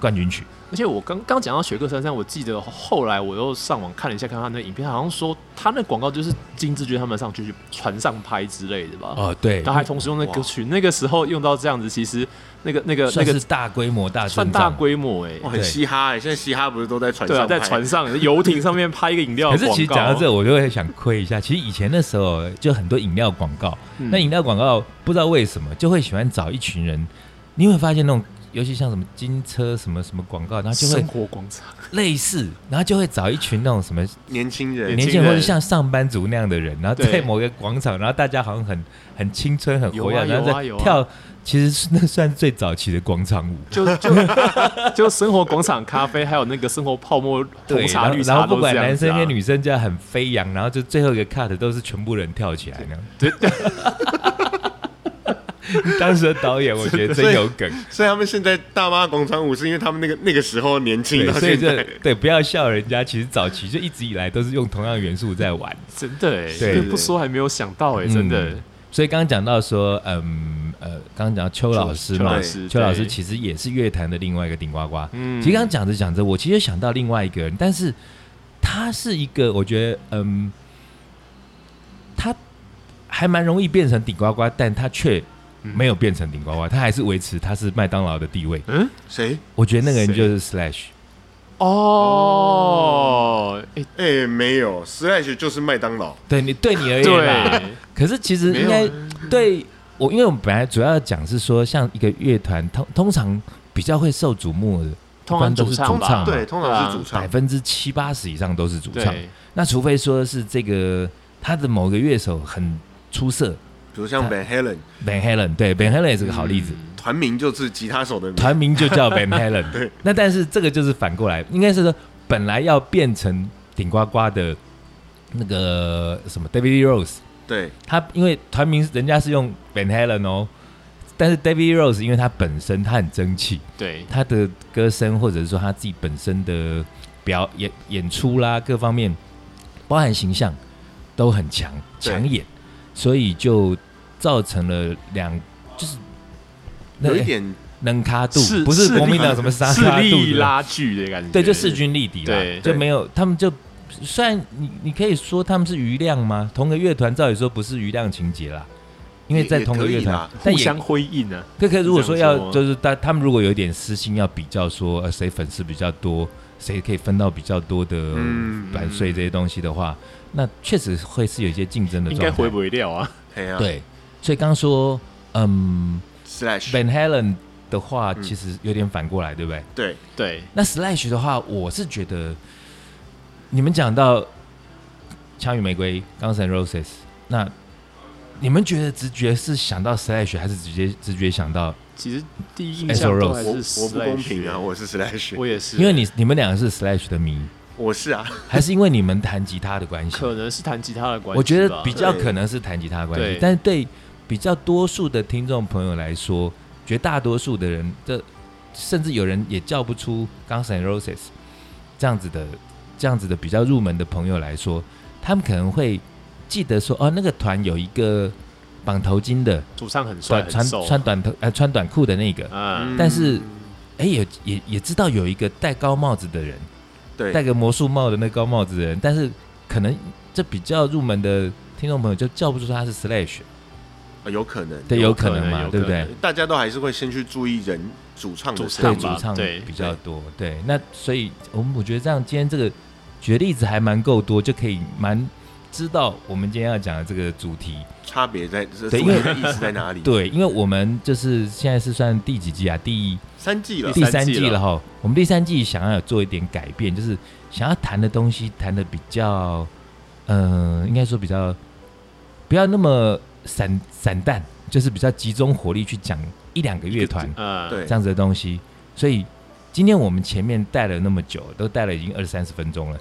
S3: 冠军曲。
S2: 而且我刚刚讲到雪克三三，我记得后来我又上网看了一下，看他那影片，好像说他那广告就是金志娟他们上去船上拍之类的吧。
S3: 哦，对
S2: 然后还同时用那歌曲，那个时候用到这样子，其实那个那个那
S3: 算
S2: 个
S3: 是大规模大
S2: 算
S3: 阵
S2: 大
S3: 仗。
S2: 规模哎、
S1: 哇很
S3: 对
S1: 嘻哈哎，现在嘻哈不是都在船
S2: 对啊，
S1: 上
S2: 在
S1: 拍
S2: 船上游艇上面拍一个饮料
S3: 可
S2: 哦广
S3: 是
S2: 告。
S3: 其实讲到这，我就会想亏一下。其实以前的时候，就很多饮料广告，
S2: 嗯，
S3: 那饮料广告不知道为什么就会喜欢找一群人，你会发现那种，尤其像什么金车什么什么广告，然后就会
S2: 生活广场，
S3: 类似，然后就会找一群那种什么
S1: 年轻人
S2: 年
S3: 年
S2: 轻
S3: 轻人或者
S2: 人
S3: 像上班族那样的人，然后在
S2: 对
S3: 某个广场，然后大家好像很很青春、很活
S2: 有
S3: 跃，
S2: 啊
S3: 然后
S2: 有啊
S3: 在
S2: 有啊
S3: 跳，其实是那算最早期的广场舞。
S2: 就就 就生活广场咖啡，还有那个生活泡沫红
S3: 对，
S2: 茶、
S3: 然后
S2: 绿
S3: 然后
S2: 茶
S3: 不
S2: 都
S3: 管
S2: 这样
S3: 男
S2: 子
S3: 生
S2: 啊。
S3: 跟女生，就很飞扬，然后就最后一个 cut 都是全部人跳起来 呢。
S2: 对对，
S3: 当时的导演我觉得真有梗，
S1: 所以他们现在大妈广场舞是因为他们那个那个时候年轻，
S3: 对，
S1: 到
S3: 所以
S1: 现
S3: 这
S1: 在
S3: 对不要笑人家，其实早期就一直以来都是用同样元素在玩。
S2: 真的哎，
S3: 对
S2: 不说还没有想到哎，真的
S3: 嗯。所以刚刚讲到说，嗯呃，刚刚讲到邱老师
S2: 邱
S3: 嘛
S2: 老，师，
S3: 邱老师
S2: 对
S3: 其实也是乐坛的另外一个顶呱呱。
S2: 嗯
S3: 其实刚刚讲着讲着，我其实想到另外一个人，但是他是一个我觉得，嗯，他还蛮容易变成顶呱呱，但他却没有变成顶呱呱，他还是维持他是麦当劳的地位。
S2: 嗯
S1: 谁
S3: 我觉得那个人
S2: 谁
S3: 就是 Slash。
S2: 哦，哎
S1: 哎、没有，Slash 就是麦当劳，
S3: 对你对你而言啦，
S2: 对，
S3: 可是其实应该对我，因为我们本来主要讲是说，像一个乐团通通常比较会受瞩目的，
S2: 通常主
S3: 通
S2: 唱啊
S3: 常
S2: 吧，
S3: 主唱
S1: 对，通常是主唱
S3: 百，分之七八十以上都是主唱。
S2: 对，
S3: 那除非说是这个他的某个乐手很出色
S1: 比如像 Van Halen，
S3: ，Van Halen，对 Van Halen 也是个好例子，
S2: 嗯
S1: 团名就是吉他手的名，
S3: 团名就叫 Van Halen。
S1: 对，
S3: 那但是这个就是反过来，应该是说本来要变成顶呱呱的那个什么 David Lee Rose，
S1: 对，
S3: 他因为团名人家是用 Van Halen 哦，但是 David Lee Rose 因为他本身他很争气，
S2: 对，
S3: 他的歌声或者是说他自己本身的表演演出啦各方面，包含形象都很强
S1: 对
S3: 抢眼，所以就造成了两就是
S1: 有一点
S3: 能卡度，
S2: 势
S3: 不是
S2: 势
S3: 国民
S2: 力
S3: 党什么沙
S2: 势
S3: 卡度
S2: 力
S3: 的
S2: 拉锯的感觉，
S3: 对，就势均力敌啦，
S2: 对
S3: 就
S1: 对
S3: 没有他们就虽然你你可以说他们是余量吗？同个乐团照理说不是余量情节啦，因为
S1: 也
S3: 在
S1: 也
S3: 同个
S1: 可以
S3: 乐团
S1: 啦，
S3: 但
S2: 互
S3: 也
S2: 相辉映啊，
S3: 可可如果说
S2: 这样
S3: 要
S2: 说
S3: 就是他他们如果有一点私心要比较说呃谁粉丝比较多，谁可以分到比较多的
S1: 嗯
S3: 版税这些东西的话，那确实会是有一些竞争的
S2: 应
S3: 状态。
S2: 该回不回掉啊，
S1: 嘿啊，
S3: 对，所以刚刚说嗯
S1: ，Slash，
S3: ，Van Halen 的话
S1: 嗯
S3: 其实有点反过来，对不对？
S1: 对，
S2: 对，
S3: 那 Slash 的话，我是觉得你们讲到《枪与玫瑰》《Guns N' Roses》，那你们觉得直觉是想到 Slash 还是直接直觉想到？
S2: 其实第一印象
S3: Axl
S2: 都
S3: Rose
S2: 还
S1: 我
S2: 是
S1: 我不公
S2: Slash
S1: 平啊，我是 Slash，
S2: 我也是，
S3: 因为你你们两个是 Slash 的迷，
S1: 我是啊，
S3: 还是因为你们弹吉他的关系？
S2: 可能是弹吉他的关系吧，
S3: 我觉得比较
S1: 对
S3: 可能是弹吉他的关系
S2: 对，
S3: 但是对比较多数的听众朋友来说，绝大多数的人，这甚至有人也叫不出《Guns N' Roses》这样子的这样子的比较入门的朋友来说，他们可能会记得说，哦，那个团有一个绑头巾的，
S2: 主唱很帅，
S3: 短
S2: 很
S3: 穿
S2: 瘦，
S3: 穿短头呃穿短裤的那个，
S2: 嗯，
S3: 但是哎、也也也知道有一个戴高帽子的人，
S1: 对
S3: 戴个魔术帽的那高帽子的人，但是可能这比较入门的听众朋友就叫不出他是 Slash，
S1: 呃有可能，
S3: 对，
S2: 有
S3: 可
S2: 可
S3: 能
S2: 能
S3: 嘛，
S2: 有
S3: 对不
S2: 可
S3: 对
S2: 能？
S1: 大家都还是会先去注意人主唱的
S2: 主
S1: 声
S3: 对
S1: 音
S2: 唱
S3: 主
S2: 吧
S3: 唱
S2: 对
S3: 比较多，对，那所以我们我觉得这样，今天这个举的例子还蛮够多，就可以蛮知道我们今天要讲的这个主题。
S1: 差别在这
S3: 对
S1: 主
S3: 因为
S1: 题的意思在哪里？
S3: 对，因为我们就是现在是算第几季啊？第
S1: 三季了，
S3: 第三
S2: 三季
S3: 季
S2: 了
S3: 了哈。我们第三季想要有做一点改变，就是想要谈的东西谈的比较，嗯，应该说比较不要那么散散淡，就是比较集中火力去讲一两个乐团
S2: 嗯，
S1: 对
S3: 这样子的东西。所以今天我们前面带了那么久，都带了已经二三十分钟了，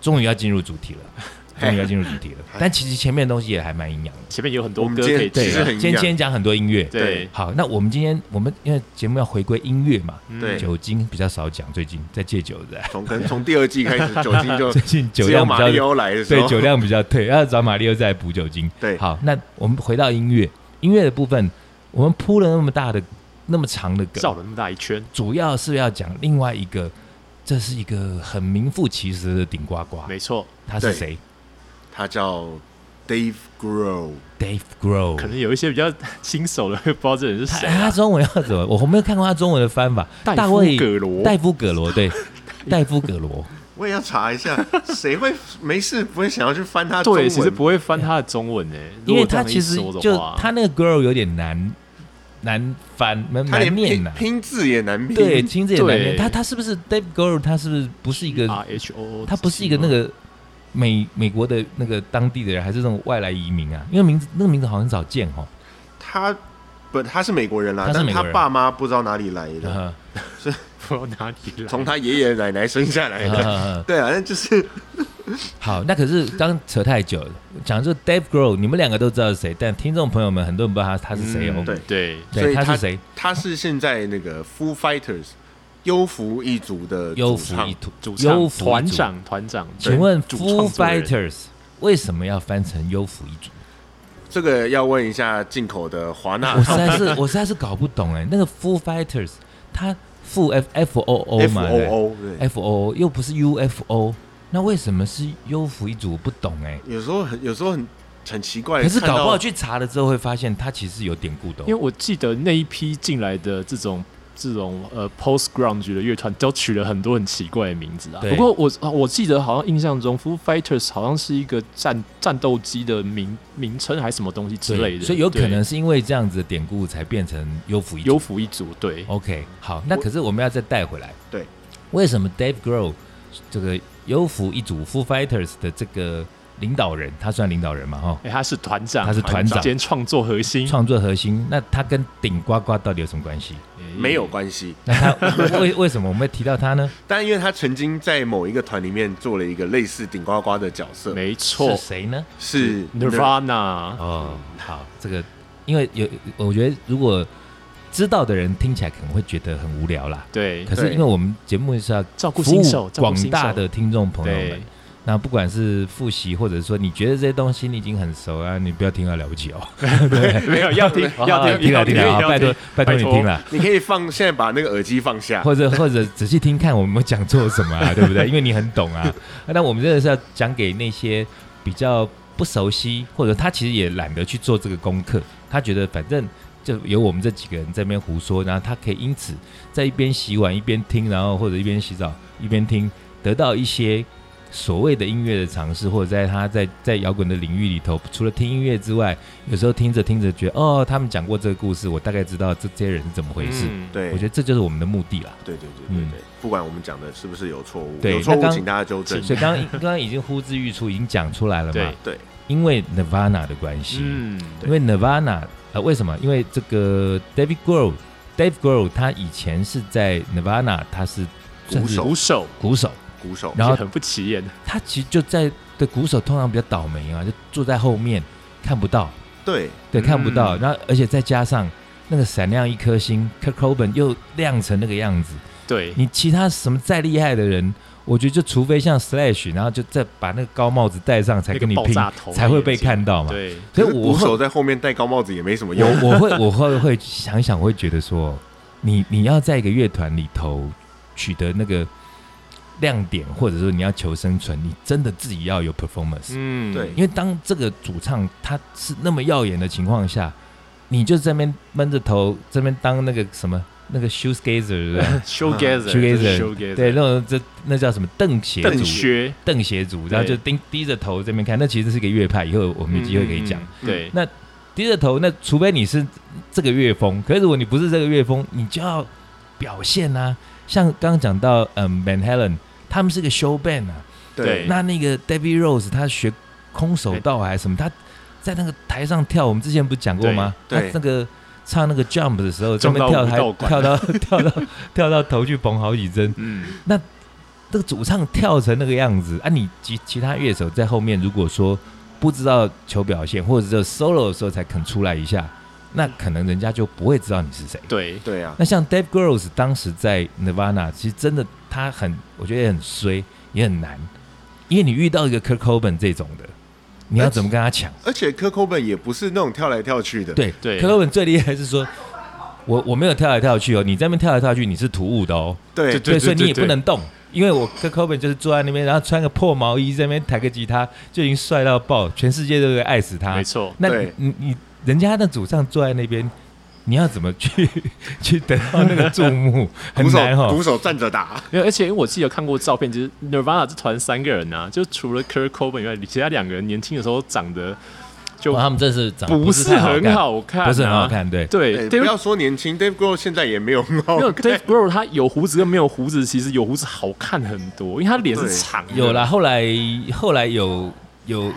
S3: 终于要进入主 题了，终于要进入主题了。
S1: 哎
S3: 但其实前面的东西也还蛮营养的。
S2: 前面有很多
S1: 我们
S2: 歌
S1: 今天
S2: 可以
S1: 其
S3: 对
S1: 实
S2: 听
S1: 很营
S2: 啊，
S1: 养
S3: 今天今天讲很多音乐，
S2: 对
S3: 好，那我们今天我们因为节目要回归音乐嘛，
S2: 嗯
S1: 对
S3: 酒精比较少讲，最近在戒酒的，
S1: 从可能从第二季 开始，酒精就
S3: 最近酒
S1: 哦只有
S3: 量
S1: 马
S3: 比
S1: 里
S3: 较
S1: 欧来的时
S3: 对
S1: 候，
S3: 酒量比较退，要找马里奥再来补酒精。
S1: 对
S3: 好，那我们回到音乐，音乐的部分，我们铺了那么大的、那么长的
S2: 绕
S3: 梗，
S2: 了那么大一圈，
S3: 主要是要讲另外一个，这是一个很名副其实的顶呱呱，
S2: 没错，
S3: 他是
S1: 对
S3: 谁
S1: 他叫 Dave Grohl，
S3: ？Dave Grohl，
S2: 可能有一些比较新手的会不知道这人是
S3: 他
S2: 谁
S3: 他
S2: 啊，
S3: 中文要怎么？我没有看过他中文的翻法。大
S2: 戴夫
S3: 卫
S2: 葛罗
S3: 戴夫·葛罗， 对，戴夫·葛罗，
S1: 我也要查一下，谁会没事不会想要去翻他中文？
S2: 对，其实不会翻他的中文诶，如
S3: 因
S2: 果
S3: 为
S2: 这
S3: 他
S2: 样
S3: 其
S2: 一
S3: 实
S2: 说的
S3: 就
S2: 话
S3: 他那个 girl 有点难难翻，难
S1: 他连
S3: 难念
S1: 拼
S3: 呐、
S1: 拼字也难拼，
S3: 对，听着也难念。
S2: 对
S3: 他他是不是 Dave Girl？他是不是不是一个？
S2: R 啊 H O O，
S3: 呃他不是一个那个美美国的那个当地的人，还是那种外来移民啊？因为名字那个名字好像少见 哦。
S1: 他不他是美国人啦，
S3: 他是
S1: 但
S3: 美国
S1: 他
S3: 人
S1: 爸妈不知道哪里来 的，
S3: 呃
S2: 不知道哪里来，
S1: 从他爷爷奶奶生下来的。
S3: 呃
S1: 对啊，那就是
S3: 好，那可是刚扯太久了，讲这个 Dave Girl，你们两个都知道是谁，但听众朋友们很多人不知道他他是谁哦。
S2: 嗯
S1: 对
S2: 对，
S1: 所
S3: 对，
S1: 以
S3: 他
S1: 他
S3: 是谁？
S1: 他是现在那个 Foo Fighters 幽浮一族的
S3: 优
S1: 主
S3: 福
S1: 唱
S3: 一，族，
S2: 主
S3: 优
S2: 唱
S3: 福一
S2: 团
S3: 族
S2: 长团长，
S3: 请问
S2: 主
S3: Foo
S2: 创作人
S3: Fighters 为什么要翻成优抚一族？
S1: 这个要问一下进口的华纳
S3: 我实在是我实在是搞不懂哎、那个 Foo Fighters 它 Foo F F O O
S1: F
S3: 嘛
S1: O O，对，
S3: F O 又不是 U F O，那为什么是优抚一族？我不懂哎、
S1: 有时候很有时候很很奇怪，
S3: 可是
S1: 看到
S3: 搞不好去查了之后会发现它其实有典故的哦、
S2: 因为我记得那一批进来的这种这种呃 post grunge 的乐团，都取了很多很奇怪的名字啊。
S3: 对
S2: 不过我啊我记得好像印象中，Foo Fighters 好像是一个战战斗机的名名称还是什么东西之类
S3: 对，
S2: 的，
S3: 所以有
S2: 对
S3: 可能是因为这样子的典故才变成优抚一哦族
S2: 优。抚一族对
S3: OK，好，那
S1: 我
S3: 可是我们要再带回来。
S1: 对，
S3: 为什么 Dave Grohl 这个优抚一族 Foo Fighters 的这个领导人，他算领导人嘛？哈，
S2: 哎、他是团长，
S3: 他是团长
S2: 兼创作核心，
S3: 创作核心，那他跟顶呱呱到底有什么关系？
S2: 哎
S1: 没有关系，
S3: 那 他为为什么我们会提到他呢？
S1: 但因为他曾经在某一个团里面做了一个类似顶呱呱的角色，
S2: 没
S3: 是
S2: 错
S3: 谁呢？
S1: 是
S2: ，Nirvana
S3: 哦，好，这个因为有，我觉得如果知道的人听起来可能会觉得很无聊啦。
S2: 对
S3: 可是因为我们节目是要
S2: 照顾
S3: 服
S2: 新手
S3: 务
S2: 照顾
S3: 广
S2: 新手
S3: 大的听众朋友
S2: 对
S3: 们，那不管是复习，或者说你觉得这些东西你已经很熟啊，你不要听啊，了 不起哦，
S2: 没有要听要
S3: 好好
S2: 听
S3: 听
S2: 要
S3: 了
S2: 听
S3: 听了，
S2: 要听，
S3: 好拜托拜托你听了。
S1: 你可以放现在把那个耳机放下，
S3: 或者或者仔细听看我们有没有讲错什么啊，对不对？因为你很懂啊。那我们真的是要讲给那些比较不熟悉，或者他其实也懒得去做这个功课，他觉得反正就有我们这几个人在那边胡说，然后他可以因此在一边洗碗一边听，然后或者一边洗澡一边听，得到一些。所谓的音乐的尝试，或者在他在在摇滚的领域里头，除了听音乐之外，有时候听着听着觉得，哦，他们讲过这个故事，我大概知道这这些人是怎么回事。
S2: 嗯
S1: 对，
S3: 我觉得这就是我们的目的啦。
S1: 对对对对
S3: 嗯
S1: 对，不管我们讲的是不是有错误，
S3: 对
S1: 有错
S3: 那
S1: 误
S3: 刚
S1: 请大家纠正。
S3: 所以刚刚刚刚已经呼之欲出，已经讲出来了嘛
S2: 对。
S1: 对，
S3: 因为 Nirvana 的关系，
S2: 嗯
S3: 因为 Nirvana 呃为什么？因为这个 David Grohl Dave Grohl 他以前是在 Nirvana 他是算
S1: 鼓
S3: 是
S1: 手
S2: 鼓手，
S3: 鼓手，
S1: 鼓手，
S3: 然后
S2: 也很不起眼，
S3: 他其实就在的鼓手通常比较倒霉啊，就坐在后面看不到，
S1: 对
S3: 对，
S2: 嗯
S3: 看不到。然后而且再加上那个闪亮一颗星 k u r t Cobain 又亮成那个样子，
S2: 对
S3: 你其他什么再厉害的人，我觉得就除非像 Slash，然后就再把那个高帽子戴上才
S2: 那
S3: 跟
S2: 个
S3: 你
S2: 爆
S3: 拼，
S2: 炸头
S3: 才会被看到嘛。
S2: 对。
S3: 所以
S1: 可是
S3: 我
S1: 鼓
S3: 会
S1: 手在后面戴高帽子也没什么 用。
S3: 我我会我会会想一想，会觉得说，你你要在一个乐团里头取得那个亮点，或者说你要求生存，你真的自己要有 performance。
S2: 嗯，
S1: 对
S3: 因为当这个主唱他是那么耀眼的情况下，你就在那边闷着头，这边当那个什么那个 shoes gazer，对不对？
S2: ，showgazer，就
S3: Shoegazer，
S2: 是 showgazer，
S3: 对，那种这那叫什么邓鞋
S2: 邓
S3: 族，
S2: 靴，
S3: 邓鞋族，然后就
S2: 对
S3: 低低着头这边看，那其实是个乐派，以后我们有机会可以讲。
S2: 嗯，嗯嗯对，
S3: 低着头，那除非你是这个乐风，可是如果你不是这个乐风，你就要表现啊。像刚刚讲到，嗯，Van Halen，他们是个 show band 啊，
S2: 对
S3: 那那个 David Rose 他学空手道还是什么，他在那个台上跳，我们之前不是讲过吗？他
S1: 对对
S3: 那个唱那个 Jump 的时候，专
S2: 撞
S3: 门
S2: 到
S3: 跳
S2: 武
S3: 台
S2: 道 馆
S3: 跳到跳到跳到头去缝好几针。
S2: 嗯，
S3: 这个主唱跳成那个样子啊，你其其他乐手在后面如果说不知道求表现，或者是 solo 的时候才肯出来一下，那可能人家就不会知道你是谁。
S2: 对，
S1: 对啊，
S3: 那像 Dave Grohl 当时在 Nirvana，其实真的他很，我觉得也很衰，也很难，因为你遇到一个 Kurt Cobain 这种的，你要怎么跟他抢？
S1: 而且科科本也不是那种跳来跳去的，
S3: 对
S2: 对
S3: k u r t Cobain 最厉害是说，我我没有跳来跳去哦，你在那边跳来跳去，你是突兀的哦。
S1: 对
S2: 对
S3: 对，所以你也
S2: 对
S3: 不能动，因为我跟 Coben 就是坐在那边，然后穿个破毛衣在那边弹个吉他，就已经帅到爆，全世界都会爱死他
S2: 没。错，
S3: 那你
S1: 对
S3: 你你人家的主唱坐在那边，你要怎么去 去得到那个注 目？很
S1: 鼓手
S3: 难哦
S1: 鼓。手站着打，
S2: 因为而且因为我记得有看过照片，就是 Nirvana 这团三个人啊，就除了 Kurt Cobain 以外，其他两个人年轻的时候长得就
S3: 哇他们真是长得
S2: 不
S3: 是
S2: 是
S3: 太好
S2: 很
S3: 看，
S2: 好看、啊
S3: 不是很好。看，对。
S1: 哎
S2: 对
S1: 不
S2: ，Dave
S1: 要说年轻，Dave Grohl 现在也没有很好
S2: 没有
S1: 看
S2: Dave Grohl 他有胡子跟没有胡子，其实有胡子好看很多，因为他脸是长的。
S3: 有啦，后来后来有有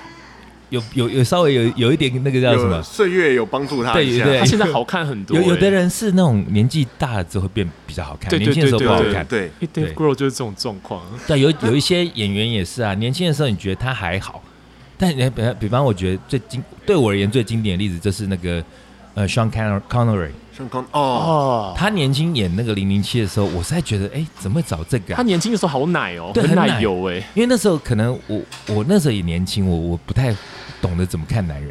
S3: 有有有稍微有有一点那个叫什
S1: 有
S3: 么？
S1: 岁月有帮助他一下，
S3: 对
S2: 他现在好看很多、
S3: 有有的
S2: 哎，
S3: 人是那种年纪大了之后变比较好看，
S2: 对对
S3: 年轻的时候
S2: 对
S3: 不好
S2: 对
S3: 看。
S1: 啊对
S2: 因为
S3: 对
S2: 哎 Dave Grohl 就是这种状况。
S3: 对，有有一些演员也是啊，年轻的时候你觉得他还好，但你比比方，我觉得最经对我而言最经典的例子就是那个呃，Sean Conner- Connery，
S1: ，Sean Con 哦，
S2: 哦，
S3: 他年轻演那个零零七的时候，我实在觉得哎，怎么会找这个、
S2: 他
S3: 啊？
S2: 年轻的时候好奶哦、
S3: 对
S2: 很
S3: 很
S2: 奶
S3: 奶
S2: 油哎、
S3: 因为那时候可能我我那时候也年轻，我我不太懂得怎么看男人，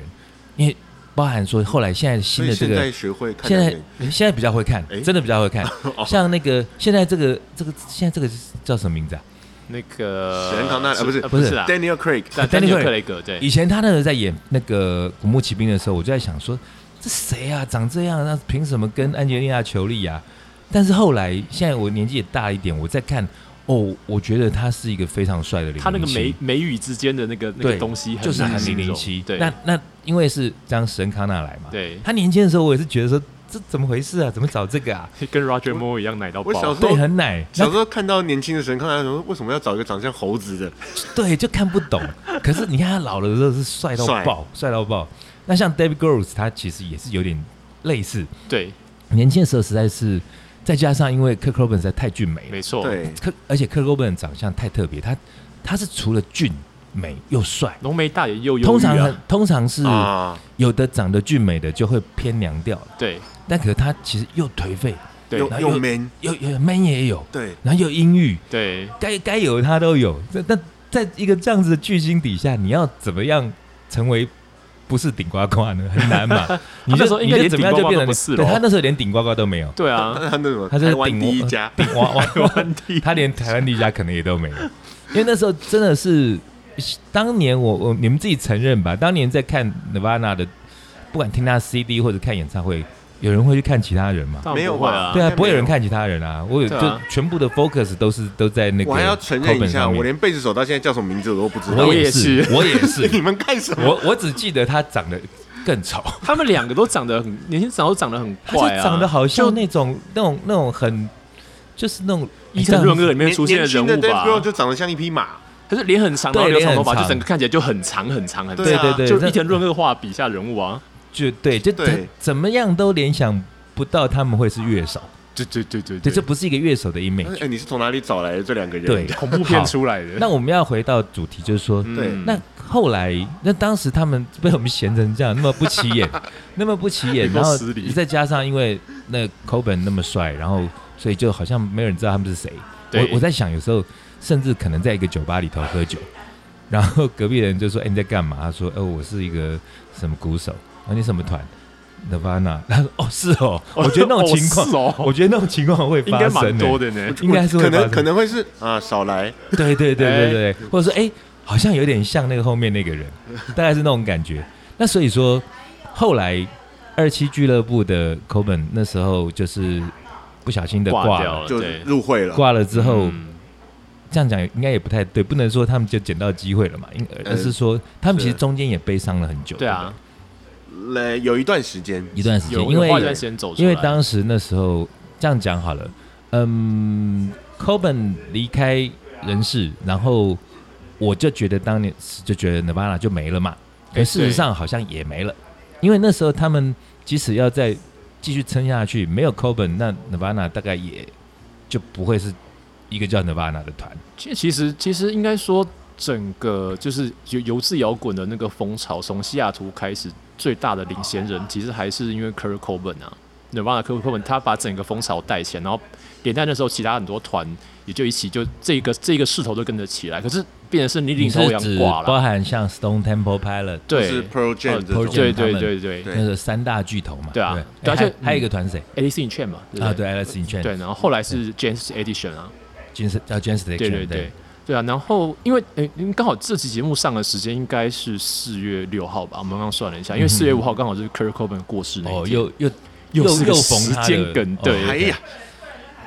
S3: 因为包含说后来现在
S1: 所
S3: 新
S1: 以
S3: 的这
S1: 现
S3: 个
S1: 在学会看
S3: 现
S1: 男
S3: 在
S1: 人，
S3: 现在比较会看
S1: 诶，哦
S3: 真的比 较会看。像那个现在这个这个现在这个叫什么名字啊？
S2: 那个
S1: 史恩康纳呃不是
S2: 不是啊啦，
S1: Daniel Craig，
S2: 但
S3: 呃丹
S2: 丹
S3: 尼
S2: 尼
S3: 尔
S2: 尔克雷格对，
S3: 以前他那个在演那个《古墓奇兵》的时候，我就在想说，这谁啊，长这样，那凭什么跟安吉丽娜·裘丽啊？但是后来，现在我年纪也大一点，我在看，哦，我觉得他是一个非常帅的零零七，
S2: 他那个眉眉宇之间的那个那
S3: 对
S2: 个东西很
S3: 就是
S2: 难
S3: 很
S2: 形
S3: 零零
S2: 容
S3: 七。
S2: 对，
S3: 那那因为是张神康纳来嘛，
S2: 对，
S3: 他年轻的时候，我也是觉得说，这怎么回事啊？怎么找这个啊？
S2: 跟 Roger Moore 一样奶到爆。
S1: 我小时
S3: 对，
S1: 候
S3: 很奶，
S1: 小时候看到年轻的神，看他说为什么要找一个长相猴子的？
S3: 对，就看不懂。可是你看他老了之后是帅到
S1: 帅
S3: 爆，帅到爆。那像 David Grohl，他其实也是有点类似，
S2: 对，
S3: 年轻的时候实在是，再加上因为 Kurt Cobain 实在太俊美了
S2: 没，错，
S1: 对，
S3: 克而且 Kurt Cobain 的长相太特别，他他是除了俊美又帅，
S2: 浓眉大眼又忧郁啊
S3: 通常很通常是
S1: 啊，
S3: 有的长得俊美的就会偏娘调了，
S2: 对
S3: 但可是他其实又颓废，
S2: 对
S1: 又
S3: 然后
S1: 又
S3: 又
S1: man，
S3: 又又 man 也有，
S1: 对，
S3: 然后又阴郁，
S2: 对
S3: 该该有的他都有。这但在一个这样子的巨星底下，你要怎么样成为不是顶呱呱呢？很难 嘛。你
S2: 那
S3: 就
S2: 时候应
S3: 你
S2: 该
S3: 就
S2: 连
S3: 怎么样就
S2: 顶呱呱都
S3: 变成
S2: 不是
S3: 对
S2: 咯
S3: 他那时候连顶呱呱都没有，
S2: 对 啊，
S1: 他他那种
S3: 他是
S1: 台湾
S3: 顶
S1: 第一家，
S3: 顶呱呱。
S2: 台湾地
S3: 他连台湾地下可能也都没有， 因为那时候真的是，当年我我你们自己承认吧，当年在看 Nirvana 的，不管听他 CD 或者看演唱会，有人会去看其他人吗？
S2: 当然
S1: 没有
S2: 不会
S1: 吧
S2: 啊，
S3: 对啊，
S1: 应该
S3: 不会有人
S1: 没有
S3: 看其他人啊，我有
S2: 对啊
S3: 就全部的 focus 都是都在那个，
S1: 我还要承认一下，我。连贝斯手到现在叫什么名字我都不知道。
S3: 我
S2: 也
S3: 也是，我也是，
S1: 你们干什么？
S3: 我我只记得他长得更丑，
S2: 他们两个都长得很年轻，长都长得很
S3: 他就
S2: 怪啊，
S3: 长得好
S2: 就
S3: 像那种那种那种很，就是那种
S2: 伊藤润二里面
S1: 年
S2: 出现
S1: 年轻
S2: 人
S1: 的
S2: 物
S1: Dave Grohl
S2: 吧，
S1: 就长得像一匹马，
S2: 可是脸很长，
S3: 对
S2: 然后留长
S3: 脸
S2: 头发，
S3: 很
S2: 就
S3: 长
S2: 整个看起来就很长很长很长
S1: 对
S3: 对
S1: 啊
S3: 对对，
S2: 就
S3: 那
S2: 伊藤润二画笔下人物啊，
S3: 就对，就怎
S1: 对
S3: 怎么样都联想不到他们会是乐手，
S2: 对对对对
S3: 对，这不是一个乐手的
S1: 哎
S3: image。、
S1: 你是从哪里找来的这两个人？
S3: 对
S2: 恐怖片
S3: 好
S2: 出来的。
S3: 那我们要回到主题，就是说，
S1: 对
S2: 嗯
S3: 那后来，那当时他们被我们闲成这样，那么不起 眼，那么不起眼，
S2: 你
S3: 然
S2: 多
S3: 后
S2: 失礼
S3: 再加上因为那 Coben 那么帅，然后所以就好像没有人知道他们是谁。
S2: 对
S3: 我 我在想，有时候甚至可能在一个酒吧里头喝酒，然后隔壁人就说：“哎、你在干嘛？”他说：“哦、我是一个什么鼓手。”啊，你什么团？ Nirvana，他 说哦是 哦，我觉得那种情况，
S2: 哦是哦
S3: 我觉得那种情况会
S2: 应
S3: 发
S2: 该
S3: 生、
S2: 蛮
S3: 欸
S2: 多的呢。
S3: 应该是会
S1: 可
S3: 发
S1: 能
S3: 生
S1: 可能会是啊，少来，
S3: 对对对对对，或者说哎、好像有点像那个后面那 个人，大概是那种感觉。那所以说，后来二期俱乐部的 Coben 那时候就是不小心的挂
S2: 挂掉
S3: 了，
S2: 了，
S1: 就
S2: 哦对，
S1: 入会了。
S3: 挂了之后，
S2: 嗯
S3: 这样讲应该也不太对，不能说他们就捡到机会了嘛，应而是说他们其实中间也悲伤了很久，
S2: 对啊，
S1: 来有一段时间，
S3: 对不对，一段时
S2: 有
S3: 间，因为
S2: 有花一段时间走出
S3: 因
S2: 来，
S3: 为当时那时候这样讲好了，嗯，Coben 离开人世，然后我就觉得当年就觉得 Nirvana 就没了嘛，可
S2: 哎
S3: 事实上好像也没了，因为那时候他们即使要再继续撑下去，没有 Coben，那 Nirvana 大概也就不会是一个叫 Nirvana 的团。
S2: 其其实其实应该说，整个就是游游自摇滚的那个风潮，从西雅图开始，最大的领先人其实还是因为 Kurt Cobain 啊，Nirvana Kurt Cobain，他把整个风潮带起来，然后连带那时候其他很多团也就一起就这个这个势头就跟着起来，可是变成是你领头
S3: 是
S2: 羊
S3: 指
S2: 挂
S3: 包
S2: 了，
S3: 含像 Stone Temple Pilot
S1: 就
S2: 对
S1: 是 Pro Jam
S2: 呃
S1: 这种
S3: Pearl
S2: 对对
S3: Jam 他们
S2: 对对
S1: 对
S3: 那个三大巨头嘛，
S2: 对啊
S3: 对
S2: 对
S3: 哎
S2: 而且
S3: 还还有一个团谁
S2: ，Alice in c h a i n 嘛，对不
S3: 啊？对，Alice in Chains，
S2: 对，然后后来是 James Edition 啊，
S3: ，James 叫 James
S2: 对
S3: Addiction，
S2: 对对。对啊，然后因为诶，因为刚好这期节目上的时间应该是四月六号吧，我们刚刚算了一下，因为四月五号刚好是 Kurt Cobain 过世那一
S3: 嗯哦，
S2: 天，
S3: 又又
S2: 又
S3: 又
S2: 是个
S3: 又逢
S2: 时
S3: 他
S2: 间
S3: 的
S2: 梗对
S1: 哎呀，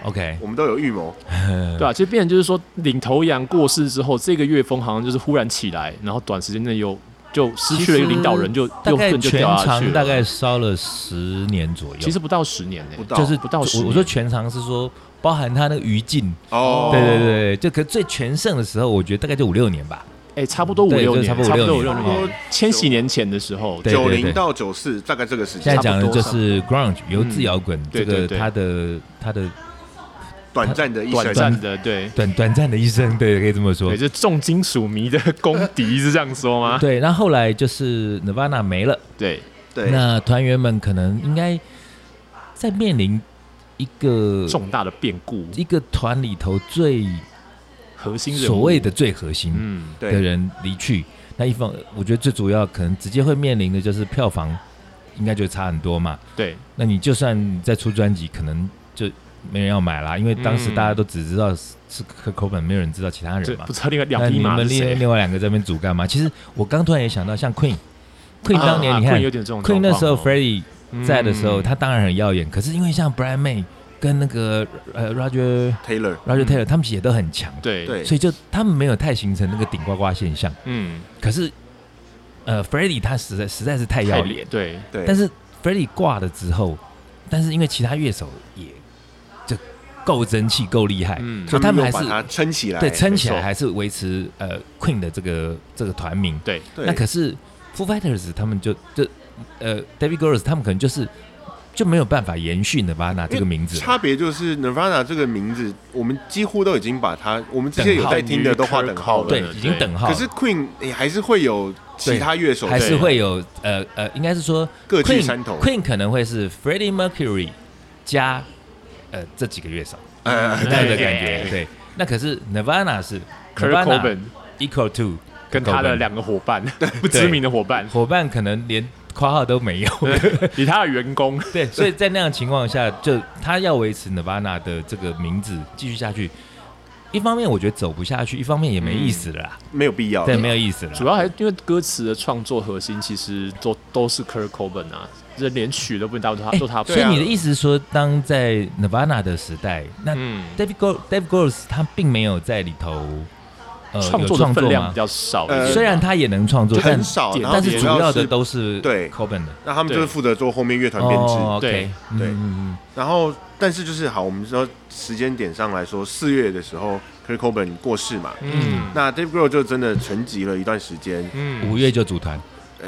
S3: 哦 OK，
S1: 我们都有预谋，
S3: 嗯
S2: 对啊，其实变成就是说，领头羊过世之后，这个乐风好像就是忽然起来，然后短时间内又就失去了一个领导人，就
S3: 嗯大
S2: 又
S3: 概
S2: 更就
S3: 全
S2: 掉下去
S3: 长
S2: 了。
S3: 大概烧了十年左右，
S2: 其实不到十年呢、
S1: 不到
S3: 就是
S2: 不到十
S3: 我
S2: 年
S3: 我说全长是说包含他那个余烬，
S1: 哦，
S3: 对对对，就可最全盛的时候，我觉得大概就五六年吧，
S2: 哎、差不多五
S3: 对
S2: 六
S3: 就
S2: 年，
S3: 差不多
S2: 差不多
S3: 五
S2: 五
S3: 六
S2: 六
S3: 年
S2: 年
S1: 哦，
S2: 千禧年前的时候，
S3: 对
S1: 九
S3: 对对
S1: 零到九四大概这个时
S3: 现
S1: 间
S3: 在，讲的就是 grunge 由
S2: 嗯
S3: 自摇滚这
S2: 对
S3: 个
S2: 对对
S3: 他的他的
S1: 短暂的一
S2: 短
S1: 生，
S2: 暂的对
S3: 短短暂的一生，对，可以这么说
S2: 对，，就是啊重金属迷的公敌是这样说吗？
S3: 对，然后后来就是 Nirvana 没了。
S2: 对
S1: 对，
S3: 那团员们可能应该在面临一个
S2: 重大的变故，
S3: 一个团里头最
S2: 核心人物
S3: 所谓的最核心
S2: 嗯，
S3: 的
S1: 对，
S3: 人离去，那一方我觉得最主要可能直接会面临的就是票房应该就差很多嘛。
S2: 对
S3: 那你就算你再出专辑，可能就没人要买啦，因为当时
S2: 嗯
S3: 大家都只知道是是可口本，没有人知道其他
S2: 对，
S3: 人嘛
S2: 不。知道另外两
S3: 那
S2: 匹
S3: 你
S2: 马
S3: 们
S2: 是
S3: 另
S2: 谁。
S3: 另外两个在那边组干嘛？其实我刚突然也想到，像 Queen，Queen 当年你
S2: 啊
S3: 看、
S2: Queen 有点这种
S3: Queen
S2: 状况
S3: 那时候
S2: 哦
S3: Freddie 在的时候，
S2: 嗯
S3: 他当然很耀眼。可是因为像 Brian May 跟那个呃 Roger
S1: Taylor，
S2: 嗯
S3: Roger Taylor 他们也都很强，
S2: 对
S1: 对
S3: 所以就他们没有太形成那个顶呱呱现象。
S2: 嗯，
S3: 可是呃 Freddie 他实在实在是
S2: 太
S3: 太耀
S2: 脸
S3: 眼，
S2: 对
S1: 对，
S3: 但是 Freddie 挂了之后，但是因为其他乐手也就够争气够厉害，
S2: 嗯哎
S3: 所以他们还
S1: 又把
S3: 是
S1: 它撑起来，
S3: 对撑起
S2: 没
S3: 来
S2: 错
S3: 还是维持呃 Queen 的这个这个团名。
S2: 对
S1: 对，
S3: 那可是 Foo Fighters 他们就就呃 David g o r s 他们可能就是就没有办法延续 Nirvana 这个名字，
S1: 差别就是 Nirvana 这个名字，我们几乎都已经把它，我们之前有在听的都画等号了。
S3: 对，
S2: 对
S3: 已经等号
S1: 可
S3: 了。
S1: 是 Queen 也还是会有其他乐手
S3: 还是
S1: 对
S3: 会有呃呃，应该是说
S1: 各据
S3: Queen
S1: 山头
S3: Queen 可能会是 Freddie Mercury 加呃这几个乐手
S1: 呃
S3: 那样的
S2: 对
S3: 感觉，对。那可是 Nirvana 是
S2: Kurt
S3: Nirvana
S2: Cobain
S3: equal to
S2: 跟他的两个伙伴，不知名的伙伴，
S3: 伙伴可能连括号都没有，
S2: 以他的员工，
S3: 对，所以在那样的情况下，就他要维持 Nirvana 的这个名字继续下去，一方面我觉得走不下去，一方面也没意思了啦，
S1: 没有必要。
S3: 对，没有意思了。
S2: 主要还是因为歌词的创作核心其实都都是 Kurt Cobain 啊，这连曲都不大都他
S3: 哎
S2: 都他，
S3: 所以
S1: 啊
S3: 你的意思是说，当在 Nirvana 的时代，那
S2: 嗯，
S3: David g o David g o r s 他并没有在里头呃
S2: 创
S3: 有
S2: 作的分量
S3: 吗
S2: 比较少
S1: 呃
S2: 一点，
S3: 虽然他也能创作，但
S1: 很少，
S2: 但
S1: 然后
S3: 但是主要的都是
S1: 对
S3: Coben 的
S1: 那他们就是
S2: 对
S1: 负责做后面乐团编制。
S3: 哦 OK，
S2: 对
S3: 嗯
S1: 对
S3: 嗯
S1: 然后，但是就是好，我们说时间点上来说，四月的时候 k i r k o b a n 过世嘛，
S2: 嗯
S1: 那 Dave Grohl 就真的沉寂了一段时间，
S3: 嗯
S2: 嗯，
S3: 五月就组团，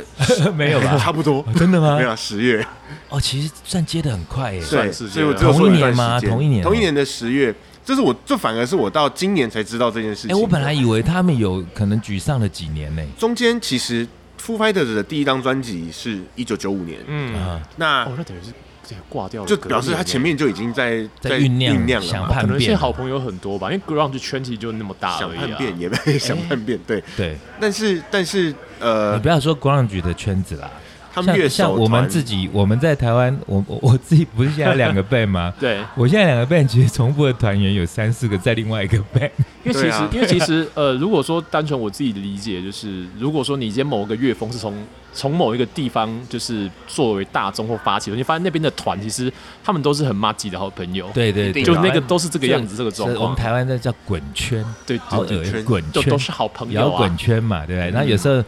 S3: 没有吧？
S1: 呃
S3: 哦
S1: 差不多，
S3: 真的吗
S1: 没？有啊十月，
S3: 哦，其实算接的很快耶。
S1: 对，
S2: 算是
S1: 所以我
S2: 这
S1: 只有
S3: 样
S1: 说一段时间，
S3: 同一年吗同一年哦
S1: 同一年的十月，这是我这反而是我到今年才知道这件事情
S3: 哎，
S1: 的。
S3: 我本来以为他们有可能沮丧了几年呢。
S1: 中间其实 Foo Fighters 的第一张专辑是一九九五年，
S2: 嗯，
S3: 啊，
S1: 那
S2: 哦，那等于是对挂掉了，
S1: 就表示他前。面就已经在
S3: 在
S1: 在
S3: 酝酿
S1: 酝酿了
S3: 想
S1: 嘛
S3: 叛
S2: 可能
S3: 变
S2: 现在好朋友很多吧，因为 grunge 圈体就那么大而
S1: 想
S2: 已、啊。
S1: 叛变也
S3: 哎
S1: 被想叛变，对。
S3: 对，
S1: 但是但是呃
S3: 你不，要说 grunge 的圈子啦，
S1: 他们乐
S3: 像像
S1: 手
S3: 我们
S1: 团
S3: 自己，我们在台湾，我我我自己不是现在有两个 band 吗？
S2: 对，
S3: 我现在两个 band 其实重复的团员有三四个在另外一个 band，
S2: 因为其
S1: 对
S2: 实、
S1: 啊
S2: 因为其实呃，如果说单纯我自己的理解，就是如果说你今天某个乐风是从从某一个地方就是作为大众或发起的，你发现那边的团其实他们都是很骂自己的好朋友，
S3: 对对
S1: 一定的
S3: 对，
S2: 就那个都是这个样子，这个
S3: 所
S2: 状
S3: 以我
S2: 况，
S3: 们台湾在叫滚圈，
S2: 对
S3: 好
S2: 对
S3: 恶
S2: 对，
S3: 心，
S1: 圈
S3: 滚
S2: 就
S3: 圈
S2: 都是好朋
S3: 摇
S2: 友啊嗯
S3: 滚。圈嘛，对不对？然后有时候，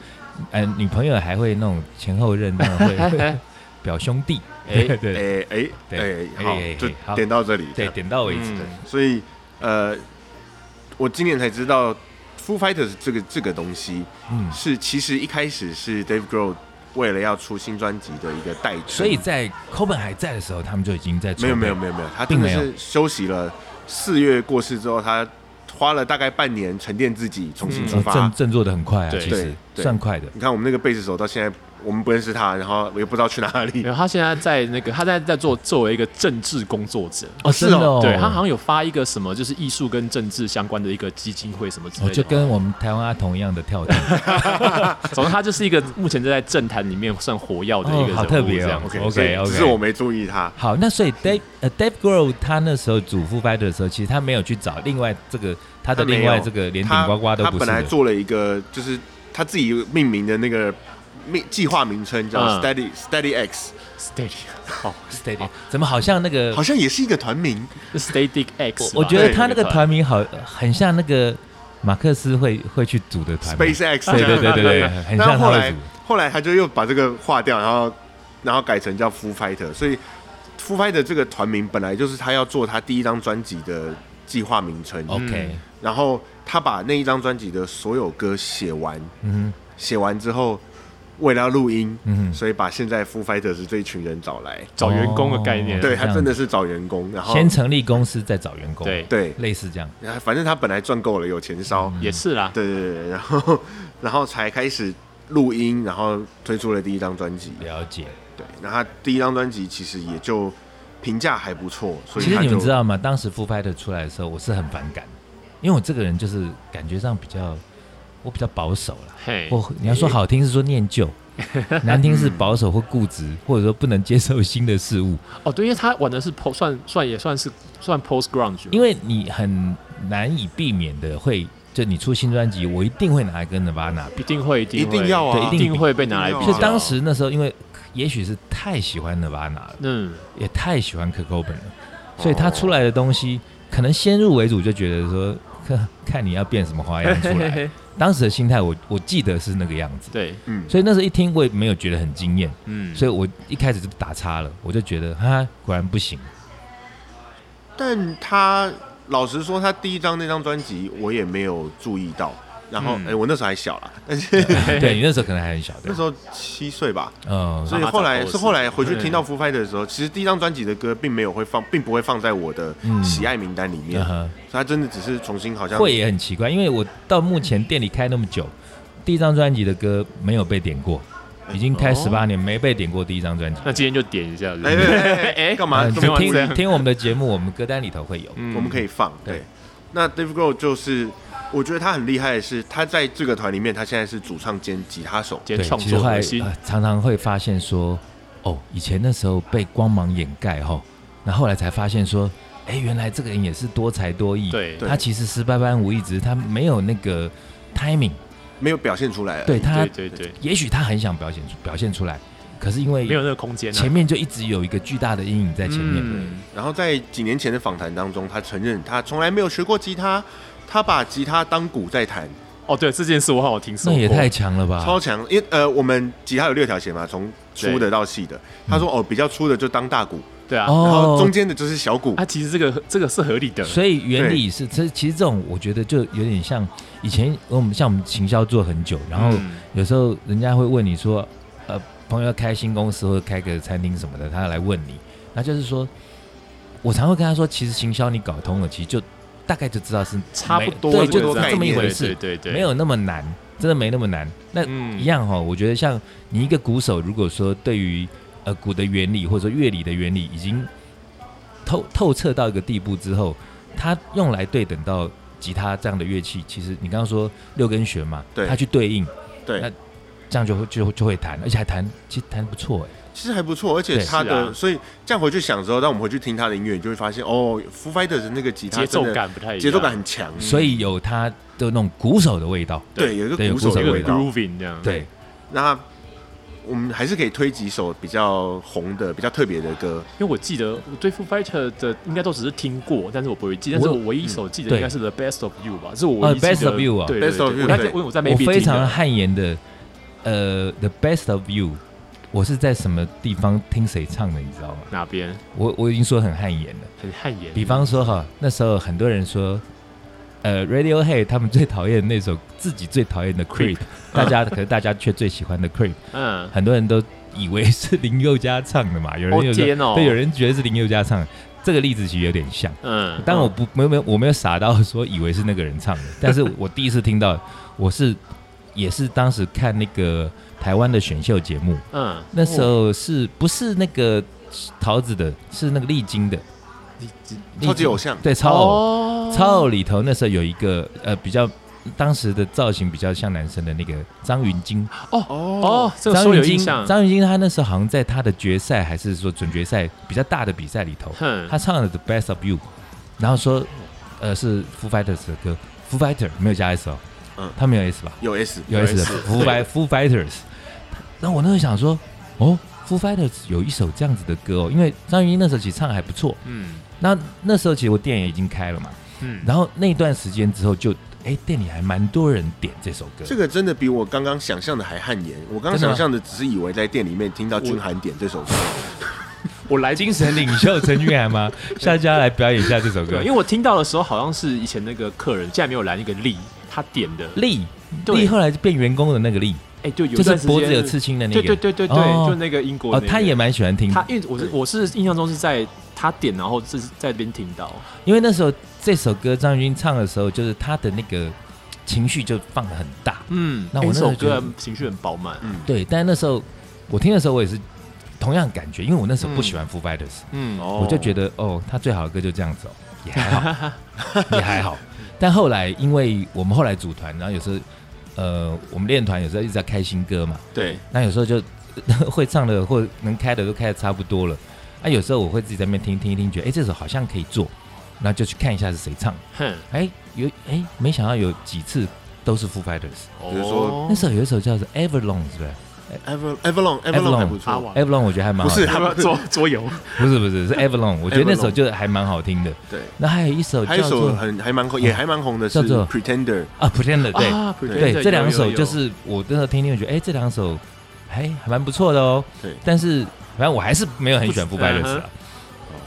S3: 呃，女朋友还会那种前后任那种 会表兄弟，
S2: 哎
S3: 对对
S1: 哎哎哎
S3: 对，
S1: 好
S3: 哎哎，
S1: 就
S3: 好
S1: 点到这里。
S3: 对，点到为止
S2: 嗯。
S1: 所以呃，我今年才知道 Foo Fighters 这个这个东西
S3: 嗯，
S1: 是其实一开始是 Dave Grohl 为了要出新专辑的一个代称，
S3: 所以在 Coben 还在的时候，他们就已经在筹
S1: 没有没有
S3: 备
S1: 没有没有，他
S3: 并
S1: 真的
S3: 没有
S1: 是休息了四月过世之后，他花了大概半年沉淀自己，重新
S2: 嗯
S1: 出
S3: 哦
S1: 发。
S3: 振振作的很快啊，
S2: 对
S3: 其
S1: 对
S3: 实
S1: 对
S3: 算快的。
S2: 哦
S1: 你看我们那个贝斯手到现在，我们不认识他，然后我也不知道去哪里
S2: 然。后他现在在那个，他在在做作为一个政治工作者，
S1: 哦是
S3: 真的
S1: 哦
S3: 哦，
S2: 对他好像有发一个什么，就是艺术跟政治相关的一个基金会什么之类
S3: 哦
S2: 的，
S3: 就跟我们台湾阿童一样的跳跳，
S2: 总之他就是一个目前就在政坛里面算活跃的一个人物
S3: 哦好特别哦
S2: 这样子
S3: OK，
S1: 所以
S3: OK
S1: 只是我没注意他。
S3: 好，那所以 Dave 呃 Dave Grohl 他那时候主副 fighter 的时候，其实他没有去找另外这个他的
S1: 他没有
S3: 另外这个连顶
S1: 他
S3: 呱呱都
S1: 他
S3: 不是
S1: 本来
S3: 的，
S1: 做了一个，就是他自己命名的那个命计划名称叫
S2: 嗯
S1: Steady、Steady X，
S2: Steady，好
S3: Steady 怎么好像那个
S1: 哦好像也是一个团名。
S2: Steady X，
S3: 我我
S2: 吧
S3: 觉得
S1: 对
S3: 他那个
S2: 对
S3: 团名好很像那个马克思会会去组的团名
S1: SpaceX
S3: 对对
S1: 这
S3: 对
S1: 样
S3: 对对，很
S1: 然后
S3: 像
S1: 后
S3: 他会
S1: 来嗯
S3: 组。
S1: 后来他就又把这个划掉，然后然后改成叫 Foo Fighter，所以 Foo Fighter 这个团名本来就是他要做他第一张专辑的计划名称，
S3: OK，
S1: 然后他把那一张专辑的所有歌写完，
S3: 嗯
S1: 写完之后为了要录音，
S3: 嗯
S1: 所以把现在 Foo Fighters 这一群人找来，
S2: 找员工的概
S3: 哦
S2: 念，
S1: 对
S3: 这样
S1: 他真的是找员工，然
S3: 哼，
S1: 后
S3: 先成立公司再找员工，
S2: 对，
S1: 哦对，
S3: 类似这样。
S1: 然后反正他本来赚够了有钱烧，
S2: 也是啦。
S1: 对对对，然后然后才开始录音，然后推出了第一张专辑。
S3: 了解。
S1: 对，那他第一张专辑其实也就评价还不错，所以
S3: 其实
S1: 他
S3: 你
S1: 就
S3: 们知道吗？当时复拍的出来的时候，我是很反感，因为我这个人就是感觉上比较，我比较保守啦。
S2: 嘿，
S3: 我你要说好听是说念 旧，难听是保守或固执，或者说不能接受新的事物。
S2: 哦，对，因为他玩的是 post，算算也算是算 post grunge，
S3: 因
S2: 为
S3: 为你很难以避免的会，就你出新专辑，我一定会拿来跟 Nirvana 比。
S2: 一定会，一定
S1: 一定要啊
S2: 对一定会被拿来比
S1: 一定
S2: 较。
S1: 要
S3: 就
S1: 啊
S3: 当时那时候，因为也许是太喜欢 Nirvana 了，
S2: 嗯，
S3: 也太喜欢 Kurt Cobain 了，
S1: 哦
S3: 所以他出来的东西，可能先入为主就觉得说，看看你要变什么花样出来。当时的心态我，我记得是那个样子，
S2: 对，
S1: 嗯，
S3: 所以那时候一听我也没有觉得很惊艳，
S2: 嗯，
S3: 所以我一开始就打叉了，我就觉得哈，果然 不行。
S1: 但他老实说，他第一张那张专辑我也没有注意到。然后，哎、
S2: 嗯
S1: 我那时候还小啦， 但是
S2: 以
S3: 对你那时候可能还很小，对
S1: 那时，候七岁吧，
S3: 嗯，
S1: 所以后
S2: 妈妈
S1: 来
S2: 早
S1: 是后来回去
S2: 嗯
S1: 听到 Foo Fighters 的时候，其实第一张专辑的歌并没有会放，并不会放在我的
S3: 嗯
S1: 喜爱名单里面，
S3: 嗯哼
S1: 所以他真的只是重新好像
S3: 会也很奇怪，因为我到目前店里开那么久，第一张专辑的歌没有被点过，
S1: 哎
S3: 已经开
S2: 哦
S3: 十八年没被点过第一张专辑。
S2: 那今天就点一下，
S1: 哎
S2: 对不
S1: 哎哎
S2: 对
S1: 哎哎，干嘛
S3: 呃
S1: 这么晚
S3: 听
S1: 这样？
S3: 听我们的节目，我们歌单里头会有。
S2: 嗯
S1: 我们可以放。
S3: 对
S1: 对，那 Dave Grohl 就是，我觉得他很厉害的是，他在这个团里面，他现在是主唱兼吉他手。
S2: 今
S3: 对
S2: 天，创
S3: 其实
S2: 作
S3: 后来
S2: 核心
S3: 呃，常常会发现说，哦，以前那时候被光芒掩盖哈，那后来才发现说，哎，原来这个人也是多才多艺。，
S2: 对
S1: 对
S3: 他其实十八般武艺，只是他没有那个 timing，
S1: 没有表现出来。
S3: 对，他
S2: 呃对对对，
S3: 也许他很想表现出表现出来，可是因为
S2: 没有那个空间啊，
S3: 前面就一直有一个巨大的阴影在前面。
S2: 嗯
S1: 然后在几年前的访谈当中，他承认他从来没有学过吉他，他把吉他当鼓在弹，
S2: 哦，对这件事我好像有听
S3: 那
S2: 说
S3: 也
S2: 过
S3: 太强了吧！
S1: 超强。因为呃，我们吉他有六条弦嘛，从粗的到细的。他说哦，比较粗的就当大鼓，
S2: 对啊，
S1: 然后
S3: 哦
S1: 中，间的就是小鼓
S2: 啊，。其实这个这个是合理的，
S3: 所以原理是，这其实这种我觉得就有点像以前我们像我们行销做很久，然后
S2: 嗯
S3: 有时候人家会问你说，呃，朋友要开新公司或者开个餐厅什么的，他要来问你，那就是说，我常会跟他说，其实行销你搞通了，其实就大概就知道是
S2: 差不多
S3: 对，
S2: 这
S3: 就
S2: 个
S1: 概念
S3: 这么一回
S2: 对
S3: 事，
S2: 对对，
S3: 没有那么难，真的没那么难。那
S2: 嗯
S3: 一样哈、哦，我觉得像你一个鼓手，如果说对于呃鼓的原理或者说乐理的原理已经透透彻到一个地步之后，它用来对等到吉他这样的乐器，其实你刚刚说六根弦嘛，
S1: 对
S3: 它去对应，
S1: 对
S3: 那这样就会就就会弹，而且还弹，其实弹得不错哎。
S1: 其实还不错，而且
S3: 对
S1: 他的、
S2: 是啊
S1: 所以这样回去想之后，当我们回去听他的音乐，你就会发现哦，Foo Fighters 的那个吉他
S2: 节奏
S1: 真的
S2: 感不太一样，
S1: 节奏感很强，
S2: 嗯
S3: 所以有他的那种鼓手的味道。
S1: 对有一
S3: 对
S1: 个鼓手
S3: 有
S1: 的
S2: 有
S1: 味
S2: 点
S1: 道。
S2: grooving 这样。
S3: 对，
S1: 那我们还是可以推几首比较红的、比较特别的歌。
S2: 因为我记得我对 Foo Fighter 的应该都只是听过，但是我不会记。但是我唯一一首记得应该是 The Best of You 吧，是我唯一记得。
S3: 哦，Best of You 啊
S2: 对对
S1: Best of
S2: 对
S1: You，
S2: 我在
S1: 对
S2: 我我在
S3: 我
S2: Maybe
S3: 非
S2: 听
S3: 常
S2: 的
S3: 汗颜的，呃，The Best of You，我是在什么地方听谁唱的，你知道吗？
S2: 哪边
S3: 我我已经说很汗颜了。
S2: 很汗颜。
S3: 比方说哈，那时候很多人说，呃，Radiohead 他们最讨厌那首自己最讨厌的 Creep，大家 可是大家却最喜欢的 Creep，
S2: 嗯，
S3: 很多人都以为是林宥嘉唱的嘛，有人
S2: 哦
S3: 就说
S2: 天哦
S3: 对，有人觉得是林宥嘉唱的，这个例子其实有点像。
S2: 嗯，
S3: 但我不没有没有我没有傻到说以为是那个人唱的，但是我第一次听到，我是也是当时看那个台湾的选秀节目，
S2: 嗯，
S3: 那时候是不是那个桃子的，是那个丽晶的
S2: 你你
S3: 丽
S1: 超级
S3: 晶
S1: 偶像，
S3: 对超偶、
S2: 哦
S3: 超偶里头那时候有一个呃比较当时的造型比较像男生的那个张云京，
S2: 哦，这个
S3: 张
S2: 说
S3: 云
S2: 有印
S3: 京
S2: 象。
S3: 张云京他那时候好像在他的决赛还是说准决赛比较大的比赛里头，
S2: 哼，
S3: 他唱了《The Best of You》，然后说，呃，是 Foo Fighters 的歌，Foo Fighter 没有加 S 哦，
S1: 嗯
S3: 他没有 S 吧？
S1: 有 S，
S3: 有 S 的 Foo Fi- Foo Fighters。然后我那时候想说，哦，Foo Fighters 有一首这样子的歌哦，因为张云英那时候其实唱得还不错。
S2: 嗯
S3: 那那时候其实我店也已经开了嘛，
S2: 嗯，
S3: 然后那段时间之后就，哎，店里还蛮多人点这首歌。
S1: 这个真的比我刚刚想象的还汗颜。我刚刚
S3: 真的吗
S1: 想象的只是以为在店里面听到君涵点这首歌，
S3: 我来精神领袖陈俊涵吗？下家来表演一下这
S2: 对，
S3: 首
S2: 啊
S3: 歌
S2: 因为。我听到的时候好像是以前那个客人，现在没有来那个丽，他点的，
S3: 力
S2: 对
S3: 力后来就变员工的那个力，
S2: 哎，就有一
S3: 就
S2: 段
S3: 是
S2: 时间
S3: 脖子有刺青的那个。
S2: 对对对对
S3: 哦
S2: 对，就那个英国
S3: 哦，
S2: 那个
S3: 他也蛮喜欢听，
S2: 他，因为我是我是印象中是在他点，然后是在那边听到，
S3: 因为那时候这首歌张云唱的时候，就是他的那个情绪就放的很大，
S2: 嗯，
S3: 那我
S2: 哎
S3: 那时
S2: 这
S3: 候
S2: 首歌
S3: 觉得
S2: 情绪很饱满，
S1: 嗯
S3: 对。但那时候我听的时候，我也是同样感觉，因为我那时候不喜欢 Foo Fighters，、
S2: 嗯，
S1: 哦
S3: 我就觉得哦，他最好的歌就这样子哦，也 还好，也还好。但后来，因为我们后来组团，然后有时候呃，我们练团有时候一直在开新歌嘛，
S1: 对，
S3: 那有时候就 会唱的或能开的都开的差不多了，啊，有时候我会自己在那边听听一听，觉得哎、这首好像可以做，然后就去看一下是谁唱。
S2: 哼，
S3: 哎，有哎，没想到有几次都是 Foo Fighters。
S1: 比如说
S2: 哦
S3: 那时候有一首叫做 Avalon，是不是
S1: Avalon 嗯 Avalon
S3: Avalon
S1: Avalon 还不
S2: 阿
S1: 错，
S2: 瓦
S3: ？Avalon 我觉得还蛮
S1: 不
S3: 好
S1: 是
S3: 听，
S2: 要不要桌桌游？
S3: 不是不是是 Avalon，我觉得那
S1: Avalon
S3: 首就还蛮好听的。
S1: 对。
S3: 那还有一首
S1: 还有
S3: 叫
S1: 一首
S3: 做
S1: 很还蛮红，也
S2: 嗯
S1: 还蛮红的是
S3: 叫做
S1: Pretender，
S3: 啊 Pretender，对
S2: 啊，Pretender，
S3: 对，这两
S2: 有
S3: 首
S2: 有
S3: 就
S2: 有
S3: 是我那时候听听，我觉得哎这两首还还蛮不错的哦。
S1: 对
S3: 但是反正我还是没有很喜欢
S2: 不
S3: Foo
S2: 是
S3: Fighters
S2: 嗯
S3: 啊。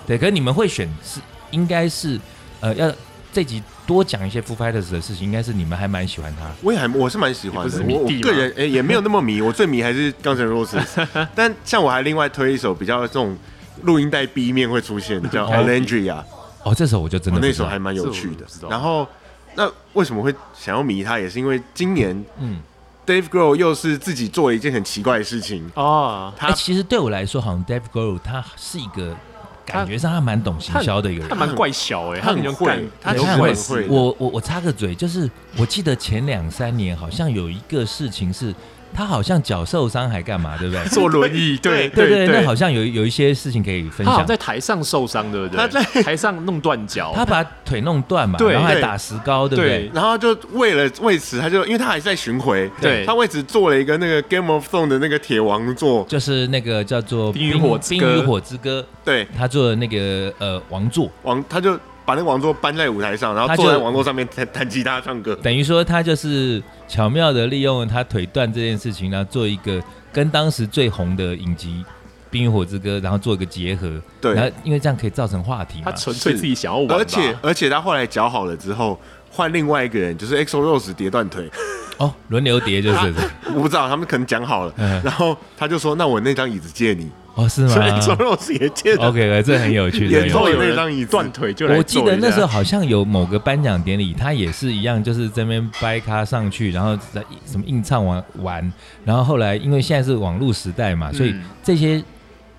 S3: 对，可是你们会选是应该是呃要这集多讲一些 Foo Fighters 的事情，应该是你们还蛮喜欢他。
S1: 我也还我是蛮喜欢
S2: 你不
S1: 的
S2: 是，迷
S1: 我我
S2: 弟
S1: 个
S2: 吗
S1: 人诶、也没有那么迷，我最迷还是钢琴 Roses，但 像我还另外推一首比较这种录音带 B 面会出现的叫
S3: 哦
S1: Alandria，
S3: 哦，这首我就真
S1: 我
S3: 的不
S1: 那
S3: 知
S1: 首
S3: 道
S1: 还蛮有趣
S2: 这我
S1: 的
S2: 不知。道
S1: 然后那为什么会想要迷它，也是因为今年
S3: 嗯。
S1: Dave Grohl 又是自己做了一件很奇怪的事情，
S2: 哦，
S1: 他
S3: 哎、其实对我来说，好像 Dave Grohl 他是一个感觉上他蛮懂行销的一个
S2: 他
S3: 人。
S2: 蛮怪小哎，
S1: 他
S2: 很
S1: 很会，他
S3: 对
S1: 其实
S3: 他
S1: 很
S3: 很
S1: 会的。
S3: 我我我插个嘴，就是我记得前两三年好像有一个事情是，他好像脚受伤还干嘛，对 不对？
S2: 坐轮椅，对
S3: 对
S2: 对，
S3: 那好像有有一些事情可以分
S2: 他好像
S3: 享
S2: 在。台上受伤，对不对？
S1: 他在
S2: 台上弄断脚，
S3: 他把腿弄断嘛，
S2: 对
S3: 然后还
S1: 对
S3: 打石膏，对不对？
S1: 然后就为了为此，他就因为他还在巡回，
S2: 对
S1: 他为此做了一个那个 Game of Thrones 的那个铁王座，
S3: 就是那个叫做《
S2: 冰与火之
S3: 冰
S2: 歌
S3: 与火之歌》，
S1: 对，
S3: 他做的那个呃王座，
S1: 王他就把那个王座搬在舞台上，然后
S3: 他就
S1: 坐在王座上面弹弹吉他唱歌。
S3: 等于说他就是巧妙的利用他腿断这件事情，然后做一个跟当时最红的影集《冰与火之歌》，然后做一个结合。
S1: 对
S3: 然后因为这样可以造成话题
S2: 他
S3: 嘛。
S2: 纯粹自己想要玩吧，
S1: 啊而且而且他后来脚好了之后，换另外一个人，就是 EXO Rose 跌断腿，
S3: 哦，轮流叠就是
S1: 我不知道他们可能讲好了，
S3: 嗯
S1: 然后他就说：“那我那张椅子借你。
S3: 哦，是”吗
S1: 所以
S2: 啊
S1: EXO Rose 也借了。
S3: ？OK，这很有趣。这很
S1: 演
S3: 有
S1: 奏
S3: 趣
S1: 有那张椅子
S2: 断腿就来
S3: 哦啊我记
S2: 坐
S3: 得
S2: 一
S3: 那时候
S2: 下
S3: 好像有某个颁奖典礼，他也是一样，就是这边掰咖上去，然后在什么硬唱完完，然后后来因为现在是网络时代嘛，所以
S2: 嗯
S3: 这些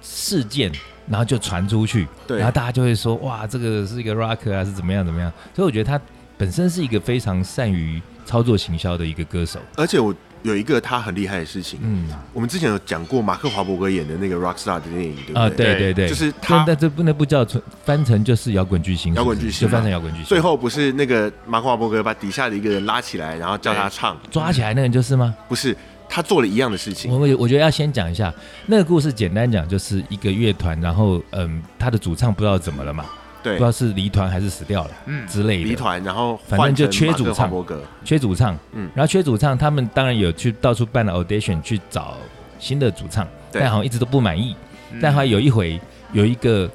S3: 事件。然后就传出去，
S1: 对
S3: 然后大家就会说哇，这个是一个 rock 啊，是怎么样怎么样。所以我觉得他本身是一个非常善于操作行销的一个歌手。
S1: 而且我有一个他很厉害的事情，
S3: 嗯
S1: 我们之前有讲过马克华伯格演的那个 Rockstar 的电影，对不对？
S3: 啊，对对对，
S1: 就是
S3: 但
S1: 他
S3: 但这不能不叫纯翻成就是摇滚巨星，
S1: 摇滚
S3: 是不是
S1: 巨星啊
S3: 就翻成摇滚巨星，
S1: 最后不是那个马克华伯格把底下的一个人拉起来，然后叫他唱，
S3: 抓起来那个人就是吗？
S1: 不是他做了一样的事情
S3: 我，我我觉得要先讲一下那个故事，简单讲就是一个乐团，然后嗯，他的主唱不知道怎么了嘛，不
S1: 对
S3: 知，道是离团还是死掉了，
S2: 嗯
S3: 之类
S1: 离
S3: 的，
S1: 团，然后
S3: 反
S1: 换
S3: 正就
S1: 成
S3: 缺
S1: 马克
S3: 主
S1: 华
S3: 唱
S1: 伯格，
S3: 缺主唱，
S1: 嗯
S3: 然后缺主唱，他们当然有去到处办了 audition 去找新的主唱，
S1: 对嗯
S3: 但好像一直都不满意，但好像有一回有一个。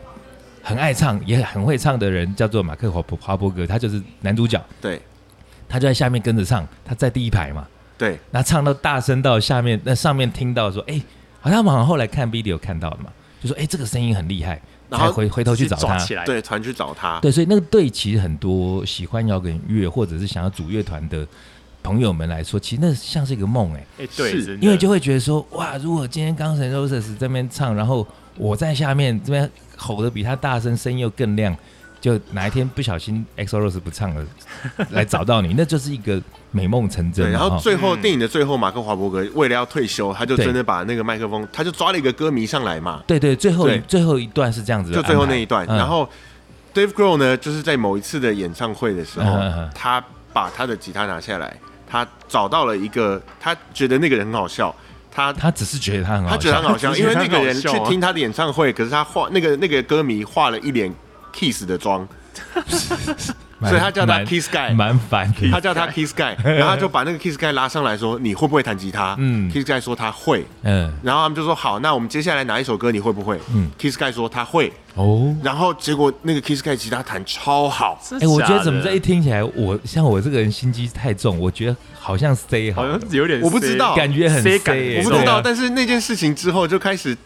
S3: 很爱唱也很会唱的人叫做马克华伯华伯格，他就是男主角，
S1: 对
S3: 他就在下面跟着唱，他在第一排嘛，
S1: 对
S3: 那唱到大声到下面，那上面听到说，哎、好像我们好像后来看 video 看到的嘛，就说，哎、这个声音很厉害，
S1: 然后
S3: 才回回头去找
S2: 抓
S3: 他。
S2: 起来，
S1: 对，团去找啊他，
S3: 对，所以那个对其实很多喜欢摇滚乐或者是想要组乐团的朋友们来说，其实那像是一个梦哎、
S2: 哎，对，
S1: 是
S2: 真的
S3: 因为就会觉得说，哇，如果今天钢神 Roses 这边唱，然后我在下面这边吼的比他大声，声音又更亮，就哪一天不小心 EXO Rose 不唱了，来找到你，那就是一个美梦成真
S1: 对，
S3: 嘛。
S1: 然后
S3: 哈
S1: 最后
S2: 嗯
S1: 电影的最后，马克华伯格为了要退休，他就
S3: 对
S1: 真的把那个麦克风，他就抓了一个歌迷上来嘛，
S3: 对对，最后
S1: 对
S3: 最后一段是这样子的
S1: 就
S3: 安排，
S1: 最后那一段。
S3: 嗯
S1: 然后 Dave Grohl 呢，就是在某一次的演唱会的时候
S3: 嗯嗯嗯，
S1: 他把他的吉他拿下来，他找到了一个，他觉得那个人很好笑，他
S3: 他只是觉得他很好
S1: 他
S3: 笑，
S1: 觉得很好笑，
S2: 他只
S1: 因
S2: 是
S1: 为
S2: 觉得
S1: 那个人
S2: 很
S1: 去
S2: 好笑啊
S1: 听他的演唱会，可是他化那个那个歌迷化了一脸 Kiss 的妆，
S3: 蛮
S1: 所以他叫他
S3: 蛮
S1: Kiss Guy
S3: 蛮烦的。
S1: 他叫他 Kiss Guy，然后他就把那个 Kiss Guy 拉上来说：“你会不会弹吉他？”
S3: 嗯
S1: 嗯，Kiss Guy 说他会。
S3: 嗯
S1: 然后他们就说好，那我们接下来哪一首歌你会不会？
S3: 嗯
S1: 嗯，Kiss Guy 说他会，
S3: 哦，
S1: 然后结果那个 Kiss Guy 吉他弹超好，
S2: 真
S3: 哎，我觉
S2: 假
S3: 得
S2: 的
S3: 怎么这一听起来，我像我这个人心机太重，我觉得好像 C 好
S2: 好
S3: 了，
S2: 像有点
S1: 我不知道
S3: 感觉很
S2: 塞
S3: C，
S2: 感
S3: 耶
S1: 我
S2: 很
S1: 不
S2: 重
S1: 知道。
S3: 对啊
S1: 但是那件事情之后就开始，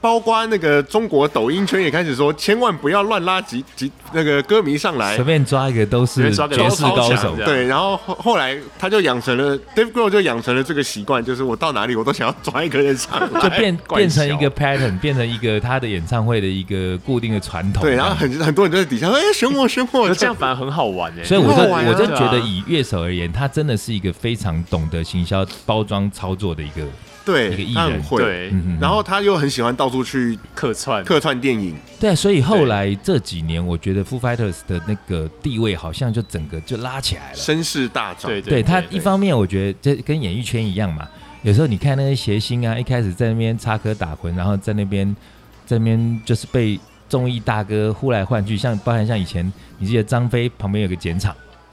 S1: 包括那个中国抖音圈也开始说，千万不要乱拉吉吉那个歌迷上来
S3: 随。便抓一个都
S2: 随
S3: 是
S2: 便抓个
S3: 绝世
S2: 都
S3: 高
S2: 超
S3: 手
S2: 强这。样
S1: 对，然后后后来他就养成了 Dave Grohl 就养成了这个习惯，就是我到哪里我都想要抓一个人上
S2: 哦
S1: 来，
S3: 就变
S2: 怪
S3: 变成一个
S2: 小
S3: pattern，变成一个他的演唱会的一个固定的传统。
S1: 对，然后很很多人就在底下哎选我选我，
S2: 可这样反而很好玩哎，
S3: 所以我就
S1: 很好玩啊
S3: 我就
S2: 对啊
S3: 觉得，以乐手而言，他真的是一个非常懂得行销、包装、操作的一个。一个
S1: 对
S3: 艺，
S1: 他
S3: 人
S1: 很会，
S2: 对
S3: 嗯哼
S1: 然后他又很喜欢到处去
S2: 客串，
S1: 客串电影，
S3: 对啊，所以后来这几年，我觉得 Foo Fighters 的那个地位好像就整个就拉起来了。
S1: 声势大涨。
S2: 对
S3: 对他
S2: 对
S3: 一方面，我觉得这跟演艺圈一样嘛，有时候你看那些谐星啊，一开始在那边插科打诨，然后在那边在那边就是被综艺大哥呼来唤去，像包含像以前你记得张飞旁边有个剪厂，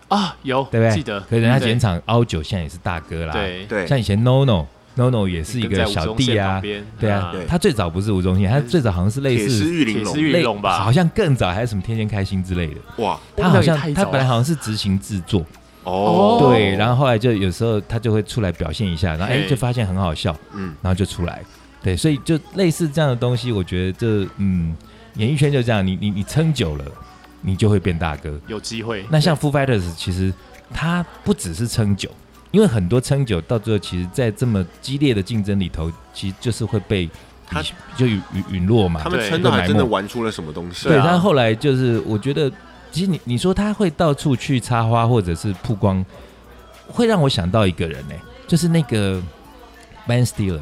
S2: 啊有
S3: 对不对？
S2: 记得，
S3: 可是人家
S2: 对
S3: 剪厂凹九现在也是大哥啦，，
S2: 对，
S1: 对
S3: 像以前 NONO NONO 也是一
S2: 跟在
S3: 个
S2: 吴
S3: 小
S2: 宗
S3: 弟
S2: 宪
S3: 啊
S2: 旁，边
S3: 对啊
S1: 对，
S3: 他最早不是吴宗宪，他最早好像是类
S1: 铁
S3: 似
S1: 丝玉玲
S2: 铁丝
S1: 珑，
S2: 玉
S3: 类
S2: 龙吧，
S3: 好像更早还是什么天天开心之类的。
S1: 哇
S3: 他好像
S2: 那也太早
S3: 他
S2: 了
S3: 本来好像是执行制作，
S1: 哦，
S3: 对，然后后来就有时候他就会出来表现一下，然后哎
S2: 嘿
S3: 就发现很好笑，
S1: 嗯，
S3: 然后就出来，对，所以就类似这样的东西，我觉得这嗯，演艺圈就这样，你你你撑久了，你就会变大哥。
S2: 有机会，
S3: 那像 Foo Fighters 其实他不只是撑久，因为很多撑久到最后，其实，在这么激烈的竞争里头，其实就是会被
S1: 他
S3: 就陨陨陨落嘛
S1: 他。们
S2: 对
S1: 撑到还真的
S3: 都埋没
S1: 玩出了什么东西呃
S2: 对。啊
S3: 但后来就是我觉得，其实你你说他会到处去插花或者是曝光，会让我想到一个人呢、就是那个 Ben Stiller，、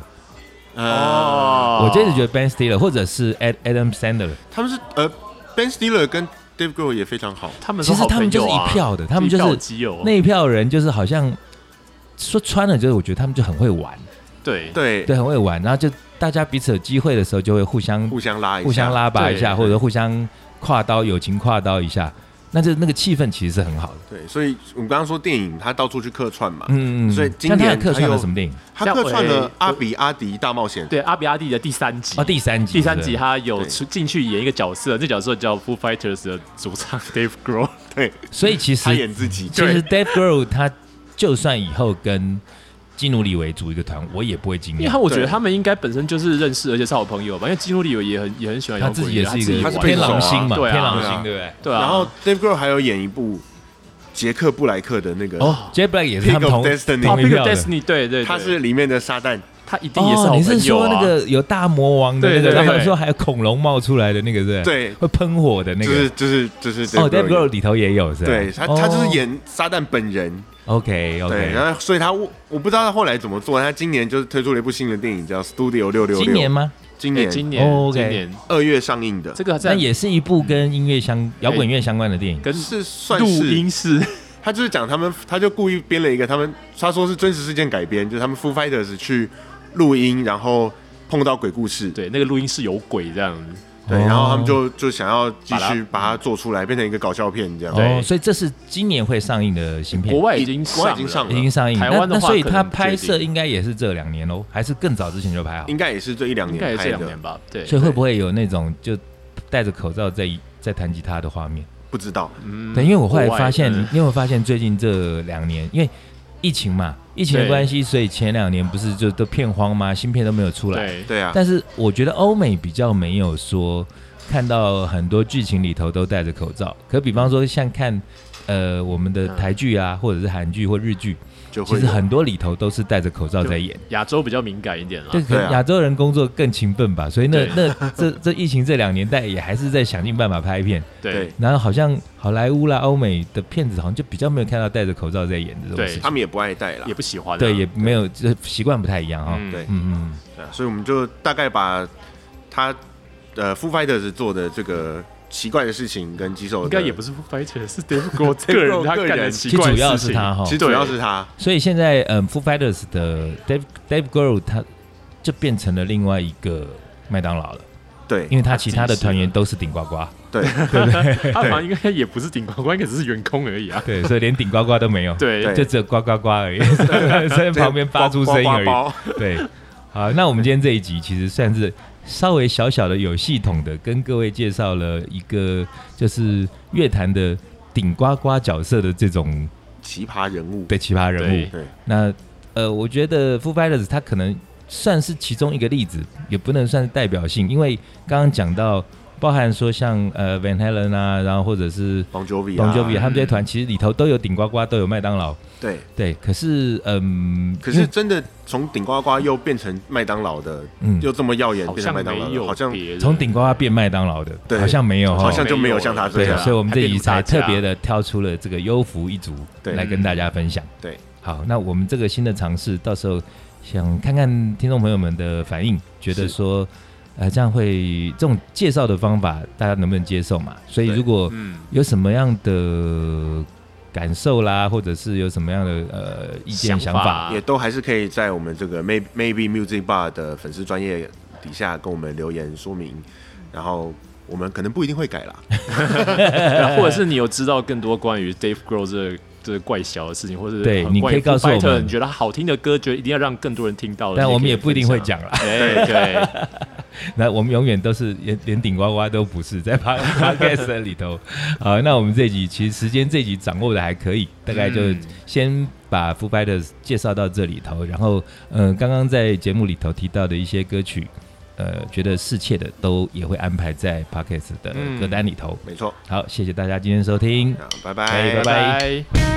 S2: 哦
S1: 呃，
S3: 我真的觉得 Ben Stiller 或者是 Ad Adam Sandler，
S1: 他们是呃，Ben Stiller 跟 Dave Grohl 也非常好，
S2: 他们
S3: 其实他们就是一票的，他们就是
S2: 啊基
S1: 哦
S2: 友，
S3: 那一票人就是好像说穿了，就是我觉得他们就很会玩，
S2: 对
S1: 对，
S3: 对，很会玩，然后就大家彼此有机会的时候就会互相
S1: 互相拉一下，
S3: 互相拉拔一下，
S2: 对
S3: 或者互相跨刀友情跨刀一下，那就那个气氛其实是很好的。
S1: 对，所以我们刚刚说电影，他到处去客串嘛，
S3: 嗯，嗯嗯
S1: 所以今
S3: 像他还
S1: 年
S3: 客
S1: 他
S3: 串了
S1: 又
S3: 什么电影？
S1: 他客串
S2: 像
S1: 了
S2: 我
S1: 《阿比阿迪大冒险》，
S2: 对阿比阿弟的第三集
S3: 哦，第三集，
S2: 第三集
S3: 是不是
S2: 他有
S1: 对
S2: 出进去演一个角色，这角色叫 Foo Fighters 的主唱 Dave Grohl，
S1: 对，
S3: 所以其实
S1: 他演自己，
S3: 其
S1: 对
S3: 实 Dave Grohl 他就算以后跟基努里维组一个团，我也不会 惊
S2: 因为他
S3: 讶。
S2: 我觉得
S1: 对
S2: 他们应该本身就是认识，而且是好朋友吧，因为基努里维也很也很喜欢摇
S3: 他
S2: 滚乐，
S3: 自己也是一个
S1: 他自己
S3: 天
S1: 玩
S3: 狼星嘛，
S2: 对啊
S3: 天狼
S1: 对啊
S3: 星对不对？
S2: 对啊，
S1: 然后 Dave Grohl 还有演一部杰克布莱克的那个，
S3: 哦，J Black 也是
S1: Pick
S3: 他们
S1: of
S3: 同
S1: Destiny
S3: 同一
S2: Big
S3: 票的。
S2: Destiny 对对对，
S1: 他是里面的撒旦，
S2: 他一定也是
S3: 哦，
S2: 好
S3: 你是
S2: 朋友
S3: 说
S2: 啊
S3: 那个有大魔王的那个，
S2: 对对对
S3: 然后说还有恐龙冒出来的那个是不是？
S1: 对
S3: 会喷火的那
S1: 就
S3: 个
S1: 是。就是就是
S3: 哦
S1: Dave
S3: ，Dave
S1: Grohl
S3: Grohl 里头也有是吧？
S1: 对他，他就是
S3: 哦
S1: 演撒旦本人，
S3: OK
S1: 对，
S3: OK，
S1: 然后所以他我我不知道他后来怎么做，他今年就是推出了一部新的电影叫《Studio 六六六》，
S3: 今年吗？
S1: 今
S2: 哎
S1: 年
S2: 今年、
S3: 哦，OK
S2: 今年
S1: 二月上映的，
S2: 这个
S3: 那
S2: 在
S3: 也是一部跟音乐相、摇滚乐相关的电影。
S2: 跟
S1: 是算
S2: 录
S1: 是
S2: 音室
S1: 他就是讲他们，他就故意编了一个他们，他说是真实事件改编，就是他们 Foo Fighters 去录音，然后碰到鬼故事，
S2: 对那个录音室有鬼这样子，
S1: 对，
S3: 哦
S1: 然后他们就就想要继续
S2: 把它
S1: 把它做出来，变成一个搞笑片这样。
S2: 对
S3: 哦，所以这是今年会上映的新片
S2: 国，外已
S1: 已
S2: 经
S1: 国外已经上
S2: 上
S1: 了
S2: 了，
S3: 已经上映。
S2: 台
S3: 那
S2: 湾的
S3: 那
S2: 话
S3: 所以
S2: 可
S3: 它
S2: 能不
S3: 拍
S2: 确
S3: 摄
S2: 定
S3: 应该也是这两年喽，还是更早之前就拍好？
S1: 应该也是这一两
S2: 应该
S1: 年
S2: 也这
S1: 拍
S2: 两
S1: 的
S2: 年，吧，对，
S3: 所以会不会有那种就戴着口罩在在弹吉他的画面？
S1: 不知道。
S2: 嗯
S3: 对，因为我后来发现，
S2: 国外
S3: 因
S2: 的
S3: 为我发现最近这两年，因为疫情嘛，疫情的
S2: 对
S3: 关系，所以前两年不是就都片荒吗？新片都没有出来。
S2: 对
S1: 对啊，
S3: 但是我觉得欧美比较没有说看到很多剧情里头都戴着口罩，可比方说像看呃我们
S2: 嗯
S3: 的台剧啊，或者是韩剧或日剧，
S1: 就会
S3: 其
S1: 有
S3: 实很多里头都是戴着口罩
S2: 就
S3: 在演。
S2: 亚洲比较敏感一点啦
S3: 对，，可
S1: 对
S3: 能
S1: 啊
S3: 亚洲人工作更勤奋吧，所以那
S2: 对
S3: 那这这疫情这两年代也还是在想尽办法拍片，
S1: 对
S2: 对，
S3: 然后好像好莱坞啦、欧美的片子好像就比较没有看到戴着口罩在演这种
S2: 对
S3: 事情，
S1: 他们也不爱戴啦
S2: 也。不喜欢啊，
S3: 对，也没有这习惯不太一样哈、
S2: 嗯
S1: 哦对
S3: 嗯嗯，
S1: 对啊所以我们就大概把他呃 Foo Fighters 做的这个奇怪的事情跟棘手
S2: 应
S1: 的
S2: 该也不是 Fighter，是 Dave Grohl 个人他干的奇
S3: 其实
S2: 怪
S3: 主
S2: 的
S3: 要
S2: 事
S3: 是
S2: 情，
S3: 他哈、
S1: 其实主要是他
S3: 所以现在嗯，Foo Fighters 的 Dave Dave Grohl 他就变成了另外一个麦当劳了，
S1: 对
S3: 因为啊他其
S2: 他晋
S3: 他的
S2: 级了
S3: 团员都是顶呱呱，
S1: 对
S2: 他好像应该也不是顶呱呱，应该只是员工而已啊，
S3: 对，所以连顶呱呱都没有，
S2: 对
S1: 对
S3: 就只有呱呱呱而已，在 旁边发出声音而已。
S1: 包包包
S3: 对，好，那我们今天这一集其实算是稍微小小的有系统的跟各位介绍了一个就是乐坛的顶呱呱角色的这种
S1: 奇葩人物。
S3: 的奇葩人物
S2: 对。
S1: 对
S3: 那呃，我觉得 Foo Fighters 他可能算是其中一个例子，也不能算是代表性，因为刚刚讲到。包含说像呃 Van Halen 啊，然后或者是
S1: Bon Jovi 啊
S3: Bon Jovi
S2: 嗯
S3: 他们这些团，其实里头都有顶呱呱，都有麦当劳，
S1: 对，
S3: 对。可是嗯，
S1: 可
S3: 因
S1: 是
S3: 为
S1: 真的从顶呱呱又变成麦当劳的，
S3: 嗯
S1: 又这么耀眼
S2: 好
S1: 变成
S2: 像
S1: 麦当劳
S2: 没
S1: 的，
S2: 有
S1: 好像
S2: 别人
S3: 从顶呱呱变麦当劳的，
S1: 对
S3: 好像没有哈，
S1: 好像就没有像他这
S3: 对，
S2: 啊
S1: 样。
S3: 所以我们这集才
S2: 还变
S3: 特
S2: 如大家
S3: 别的挑出了这个优福一族
S1: 对
S3: 来跟大家分享。
S1: 对，
S3: 好，那我们这个新的尝试，到时候想看看听众朋友们的反应，觉得
S1: 是
S3: 说，呃，这样会这种介绍的方法，大家能不能接受嘛？所以
S1: 对
S3: 如果
S2: 嗯，
S3: 有什么样的感受啦，或者是有什么样的呃意见想
S2: 想法
S3: 法，
S1: 也都还是可以在我们这个 Maybe Maybe Music Bar 的粉丝专业底下跟我们留言说明，然后我们可能不一定会改啦。
S2: 或者是你有知道更多关于 Dave Grohl 这个这个怪小的事情，或者是
S3: 对
S2: 很
S3: 你
S2: 关于
S3: 可以告诉
S2: Foo
S3: 我
S2: Fighter，
S3: 们
S2: 你觉得好听的歌，觉得一定要让更多人听到的，
S3: 但
S2: 你
S3: 我们
S2: 可以
S3: 也不一定会
S2: 分享。哎
S3: 讲啦。
S2: 对对，
S3: 那我们永远都是连连顶呱呱都不是，在 pod- podcast 里头。好，那我们这集其实时间这集掌握的还可以，大概就
S2: 嗯
S3: 先把 Foo Fighters 介绍到这里头，然后嗯、呃刚刚在节目里头提到的一些歌曲，呃，觉得适切的都也会安排在 podcast 的
S2: 嗯
S3: 歌单里头。
S1: 没错，
S3: 好，谢谢大家今天收听。
S1: 那
S3: 可以拜
S2: 拜拜。